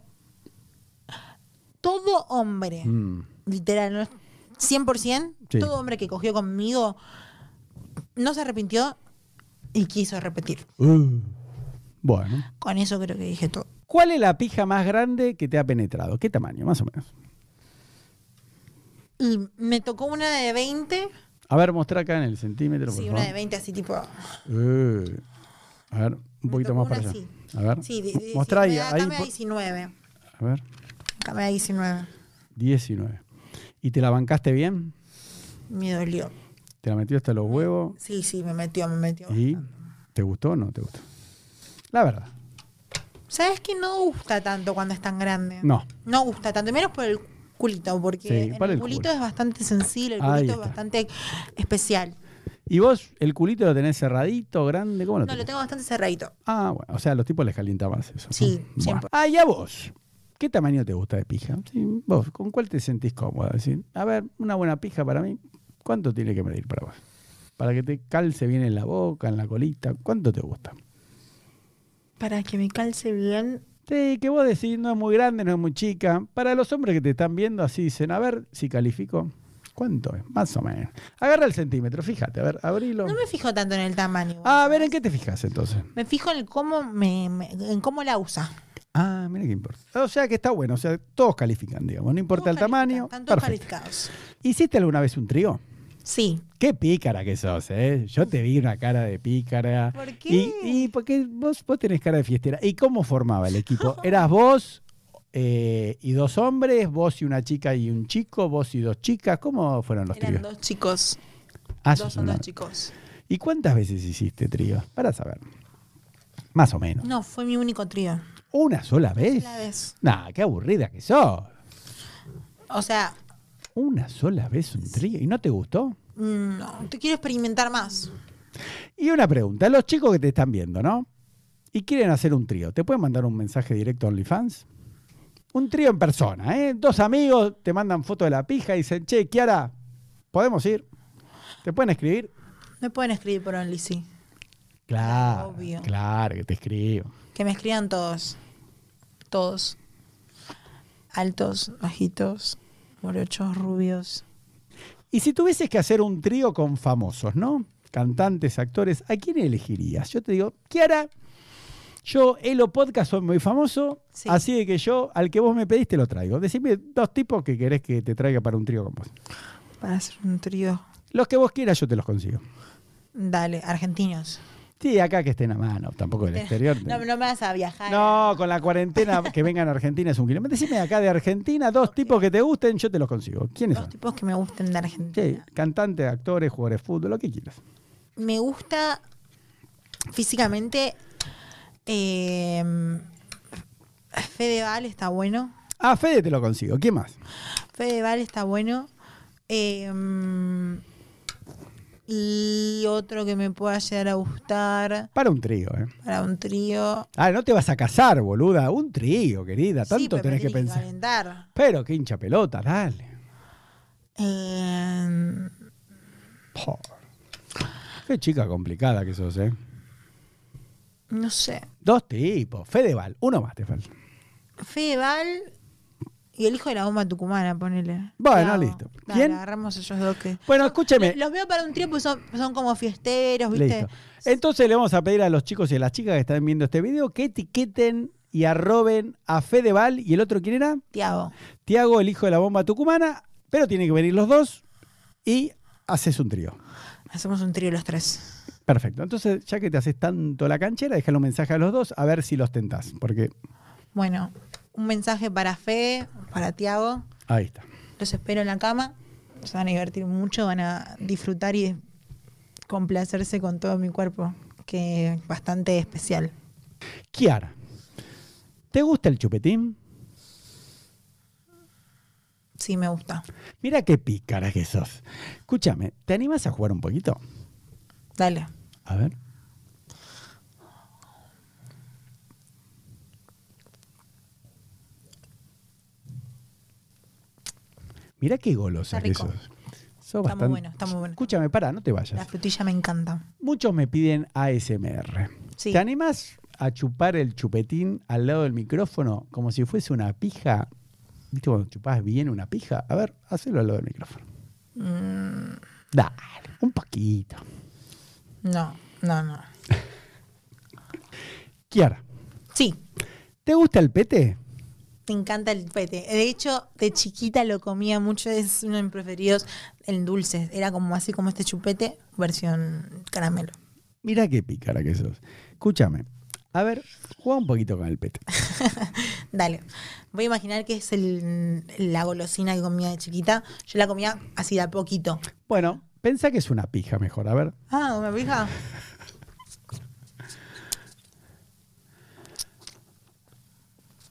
Speaker 3: todo hombre.
Speaker 2: Mm.
Speaker 3: literal, ¿no? 100%,
Speaker 2: Sí.
Speaker 3: todo hombre que cogió conmigo no se arrepintió y quiso repetir.
Speaker 2: Uh. Bueno.
Speaker 3: Con eso creo que dije todo.
Speaker 2: ¿Cuál es la pija más grande que te ha penetrado? ¿Qué tamaño, más o menos?
Speaker 3: Y me tocó una de 20.
Speaker 2: A ver, mostrar acá en el centímetro,
Speaker 3: Sí,
Speaker 2: por
Speaker 3: una de
Speaker 2: favor.
Speaker 3: 20 así tipo...
Speaker 2: Eh, a ver, un
Speaker 3: Me
Speaker 2: poquito
Speaker 3: tocó
Speaker 2: más para
Speaker 3: una
Speaker 2: allá.
Speaker 3: así.
Speaker 2: A ver.
Speaker 3: Sí, de- de
Speaker 2: Mostrá ahí,
Speaker 3: 19, acá
Speaker 2: ahí
Speaker 3: me da
Speaker 2: po-
Speaker 3: 19.
Speaker 2: A ver,
Speaker 3: Acá me da 19.
Speaker 2: 19. ¿Y te la bancaste bien?
Speaker 3: Me dolió.
Speaker 2: ¿Te la metió hasta los huevos?
Speaker 3: Sí, sí, Mm, me metió, me metió.
Speaker 2: ¿Y te gustó o no te gustó? La verdad,
Speaker 3: ¿Sabes que no gusta tanto cuando es tan grande?
Speaker 2: no.
Speaker 3: No gusta tanto, menos por el culito, porque
Speaker 2: Sí,
Speaker 3: en
Speaker 2: para
Speaker 3: el
Speaker 2: el
Speaker 3: culito
Speaker 2: culo.
Speaker 3: es bastante sensible, el
Speaker 2: Ahí
Speaker 3: culito es
Speaker 2: está.
Speaker 3: bastante especial.
Speaker 2: ¿Y vos el culito lo tenés cerradito, grande? ¿Cómo lo
Speaker 3: No,
Speaker 2: tenés?
Speaker 3: lo tengo bastante cerradito.
Speaker 2: Ah, bueno, o sea, a los tipos les calienta más eso. ¿no?
Speaker 3: Sí,
Speaker 2: Bueno.
Speaker 3: siempre.
Speaker 2: Ah, y a vos. ¿Qué tamaño te gusta de pija? Sí, vos, ¿con cuál te sentís cómoda? Decir, a ver, una buena pija para mí, ¿cuánto tiene que medir para vos? Para que te calce bien en la boca, en la colita, ¿cuánto te gusta?
Speaker 3: Para que me calce bien.
Speaker 2: Sí, que vos decís, no es muy grande, no es muy chica. Para los hombres que te están viendo así, dicen, a ver si califico. ¿Cuánto es? Más o menos. Agarra el centímetro, fíjate, a ver, abrilo.
Speaker 3: No me fijo tanto en el tamaño. igual,
Speaker 2: Ah, a ver, ¿en
Speaker 3: ¿sabes?
Speaker 2: qué te fijas entonces?
Speaker 3: Me fijo en el cómo me, me- en cómo la usa.
Speaker 2: Ah, mira qué importa. O sea que está bueno, o sea, todos califican, digamos, no importa el
Speaker 3: Todos
Speaker 2: tamaño.
Speaker 3: califican, Están todos
Speaker 2: perfecto.
Speaker 3: calificados.
Speaker 2: ¿Hiciste alguna vez un trío?
Speaker 3: Sí.
Speaker 2: Qué pícara que sos, ¿eh? Yo te vi una cara de pícara.
Speaker 3: ¿Por qué?
Speaker 2: Y, y porque vos, vos tenés cara de fiestera. ¿Y cómo formaba el equipo? ¿Eras vos eh, y dos hombres, vos y una chica y un chico, vos y dos chicas? ¿Cómo fueron los
Speaker 3: Eran
Speaker 2: tríos?
Speaker 3: dos chicos.
Speaker 2: Ah,
Speaker 3: dos
Speaker 2: sos
Speaker 3: son
Speaker 2: una-
Speaker 3: dos chicos.
Speaker 2: ¿Y cuántas veces hiciste trío? Para saber. Más o menos.
Speaker 3: No, fue mi único trío.
Speaker 2: ¿Una sola vez?
Speaker 3: sola vez.
Speaker 2: Nah, qué aburrida que sos.
Speaker 3: O sea,
Speaker 2: Una sola vez un trío. ¿Y no te gustó?
Speaker 3: mm, no, te quiero experimentar más.
Speaker 2: Y una pregunta, los chicos que te están viendo, ¿no? Y quieren hacer un trío, ¿te pueden mandar un mensaje directo a OnlyFans? Un trío en persona, ¿eh? Dos amigos te mandan foto de la pija y dicen, che, Kiara, ¿podemos ir? ¿Te pueden escribir?
Speaker 3: Me pueden escribir por Only, sí.
Speaker 2: Claro,
Speaker 3: Obvio.
Speaker 2: claro, que te escribo.
Speaker 3: Que me escriban todos. Todos. Altos, bajitos, morochos, rubios.
Speaker 2: Y si tuvieses que hacer un trío con famosos, ¿no? Cantantes, actores, ¿a quién elegirías? Yo te digo, Kiara, yo, Elo Podcast, soy muy famoso,
Speaker 3: Sí.
Speaker 2: así de que yo, al que vos me pediste, lo traigo. Decime dos tipos que querés que te traiga para un trío con vos.
Speaker 3: Para hacer un trío.
Speaker 2: Los que vos quieras, yo te los consigo.
Speaker 3: Dale, argentinos.
Speaker 2: Sí, acá que estén a mano, tampoco del exterior.
Speaker 3: Eh, No, no me vas a viajar.
Speaker 2: No, con la cuarentena que vengan a Argentina es un kilómetro. Decime acá de Argentina, dos tipos que te gusten, yo te los consigo. ¿Quiénes
Speaker 3: Los
Speaker 2: son?
Speaker 3: tipos que me gusten de
Speaker 2: Sí,
Speaker 3: Argentina.
Speaker 2: cantantes, actores, jugadores de fútbol, lo que quieras.
Speaker 3: Me gusta físicamente. eh, Fedeval está bueno.
Speaker 2: Ah, Fede te lo consigo. ¿Quién más?
Speaker 3: Fedeval está bueno. Eh, y otro que me pueda llegar a gustar
Speaker 2: Para un trío, ¿eh?
Speaker 3: para un trío.
Speaker 2: Ah, no te vas a casar, boluda. Un trío, querida.
Speaker 3: Sí,
Speaker 2: Tanto
Speaker 3: pero
Speaker 2: tenés que
Speaker 3: tiene
Speaker 2: pensar.
Speaker 3: calentar.
Speaker 2: Pero qué hincha pelota, dale.
Speaker 3: Eh,
Speaker 2: Por. Qué chica complicada que sos, ¿eh?
Speaker 3: no sé.
Speaker 2: Dos tipos. Fedeval. Uno más te falta.
Speaker 3: Fedeval y el hijo de la bomba tucumana, ponele.
Speaker 2: Bueno,
Speaker 3: Bravo.
Speaker 2: listo.
Speaker 3: Dale,
Speaker 2: ¿Quién?
Speaker 3: agarramos ellos dos que.
Speaker 2: Bueno, escúcheme.
Speaker 3: Los veo para un trío porque son, son como fiesteros, ¿viste?
Speaker 2: Listo. Entonces le vamos a pedir a los chicos y a las chicas que están viendo este video que etiqueten y arroben a Fedeval. ¿Y el otro quién era?
Speaker 3: Tiago.
Speaker 2: Tiago, el hijo de la bomba tucumana. Pero tienen que venir los dos y haces un trío.
Speaker 3: Hacemos un trío los tres.
Speaker 2: Perfecto. Entonces, ya que te haces tanto la canchera, déjale un mensaje a los dos a ver si los tentás. Porque
Speaker 3: Bueno, un mensaje para Fe, para Tiago.
Speaker 2: ahí está.
Speaker 3: Los espero en la cama. Se van a divertir mucho, van a disfrutar y complacerse con todo mi cuerpo, que es bastante especial.
Speaker 2: Kiara, ¿te gusta el chupetín?
Speaker 3: Sí, me gusta.
Speaker 2: Mira qué pícara que sos. Escúchame, ¿te animas a jugar un poquito?
Speaker 3: Dale.
Speaker 2: A ver. Mira qué golosa
Speaker 3: Está
Speaker 2: que
Speaker 3: rico.
Speaker 2: sos. Sos
Speaker 3: muy
Speaker 2: bastante-
Speaker 3: bueno, está muy bueno.
Speaker 2: Escúchame, para, no te
Speaker 3: La
Speaker 2: vayas.
Speaker 3: frutilla me encanta.
Speaker 2: Muchos me piden ASMR.
Speaker 3: Sí.
Speaker 2: ¿Te animas a chupar el chupetín al lado del micrófono como si fuese una pija? ¿Viste cuando chupás bien una pija? A ver, hacelo al lado del micrófono. Dale, un poquito.
Speaker 3: No, no, no.
Speaker 2: Kiara,
Speaker 3: Sí,
Speaker 2: ¿te gusta el pete?
Speaker 3: te encanta el pete. De hecho, de chiquita lo comía mucho, es uno de mis preferidos en dulces. Era como así como este chupete, versión caramelo.
Speaker 2: Mira qué pícara que sos. Escúchame. A ver, juega un poquito con el pete.
Speaker 3: Dale. Voy a imaginar que es el, la golosina que comía de chiquita. Yo la comía así de a poquito.
Speaker 2: Bueno, pensá que es una pija mejor. A ver.
Speaker 3: Ah, una pija.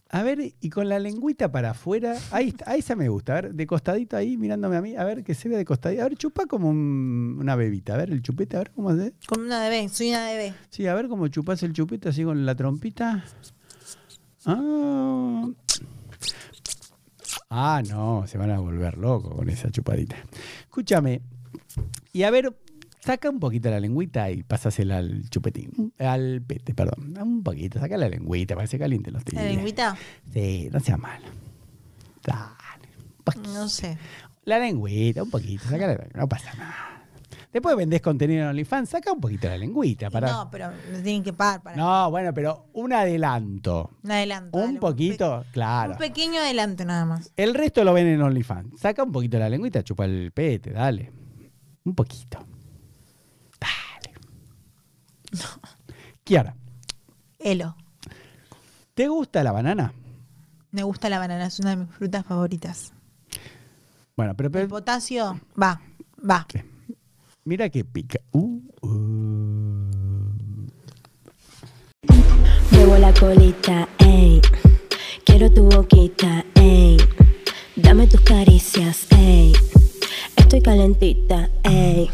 Speaker 2: A ver, y con la lengüita para afuera. Ahí, está, ahí esa me gusta. A ver, de costadito ahí, mirándome a mí. A ver, que se vea de costadito. A ver, chupa como un- una bebita. A ver, el chupete, a ver cómo hace.
Speaker 3: Como una bebé, soy una bebé.
Speaker 2: Sí, a ver cómo chupas el chupete así con la trompita. Ah. Ah, no, se van a volver locos con esa chupadita. Escúchame. Y a ver, saca un poquito la lengüita y pásasela al chupetín. Al pete, perdón. Un poquito, saca la lengüita para que se caliente los
Speaker 3: ¿La
Speaker 2: tigres.
Speaker 3: lengüita?
Speaker 2: Sí, no sea malo. Dale, un poquito.
Speaker 3: No sé.
Speaker 2: La lengüita, un poquito, saca la lengüita, no pasa nada. Después vendés contenido en OnlyFans, saca un poquito la lengüita para.
Speaker 3: No, pero nos tienen que pagar para.
Speaker 2: Ah, No, bueno, pero un adelanto.
Speaker 3: Un adelanto. dale,
Speaker 2: Un
Speaker 3: pe-
Speaker 2: poquito, claro.
Speaker 3: Un pequeño adelanto nada más.
Speaker 2: El resto lo ven en OnlyFans. Saca un poquito la lengüita, chupa el pete, dale. Un poquito. Dale. Kiara,
Speaker 3: Elo.
Speaker 2: ¿te gusta la banana?
Speaker 3: Me gusta la banana, es una de mis frutas favoritas.
Speaker 2: Bueno, pero,
Speaker 3: El
Speaker 2: pero-
Speaker 3: potasio, va, va.
Speaker 2: Sí. mira que pica. Uh, uh.
Speaker 1: Muevo la colita, ey. Quiero tu boquita, ey. Dame tus caricias, ey. Estoy calentita, ey.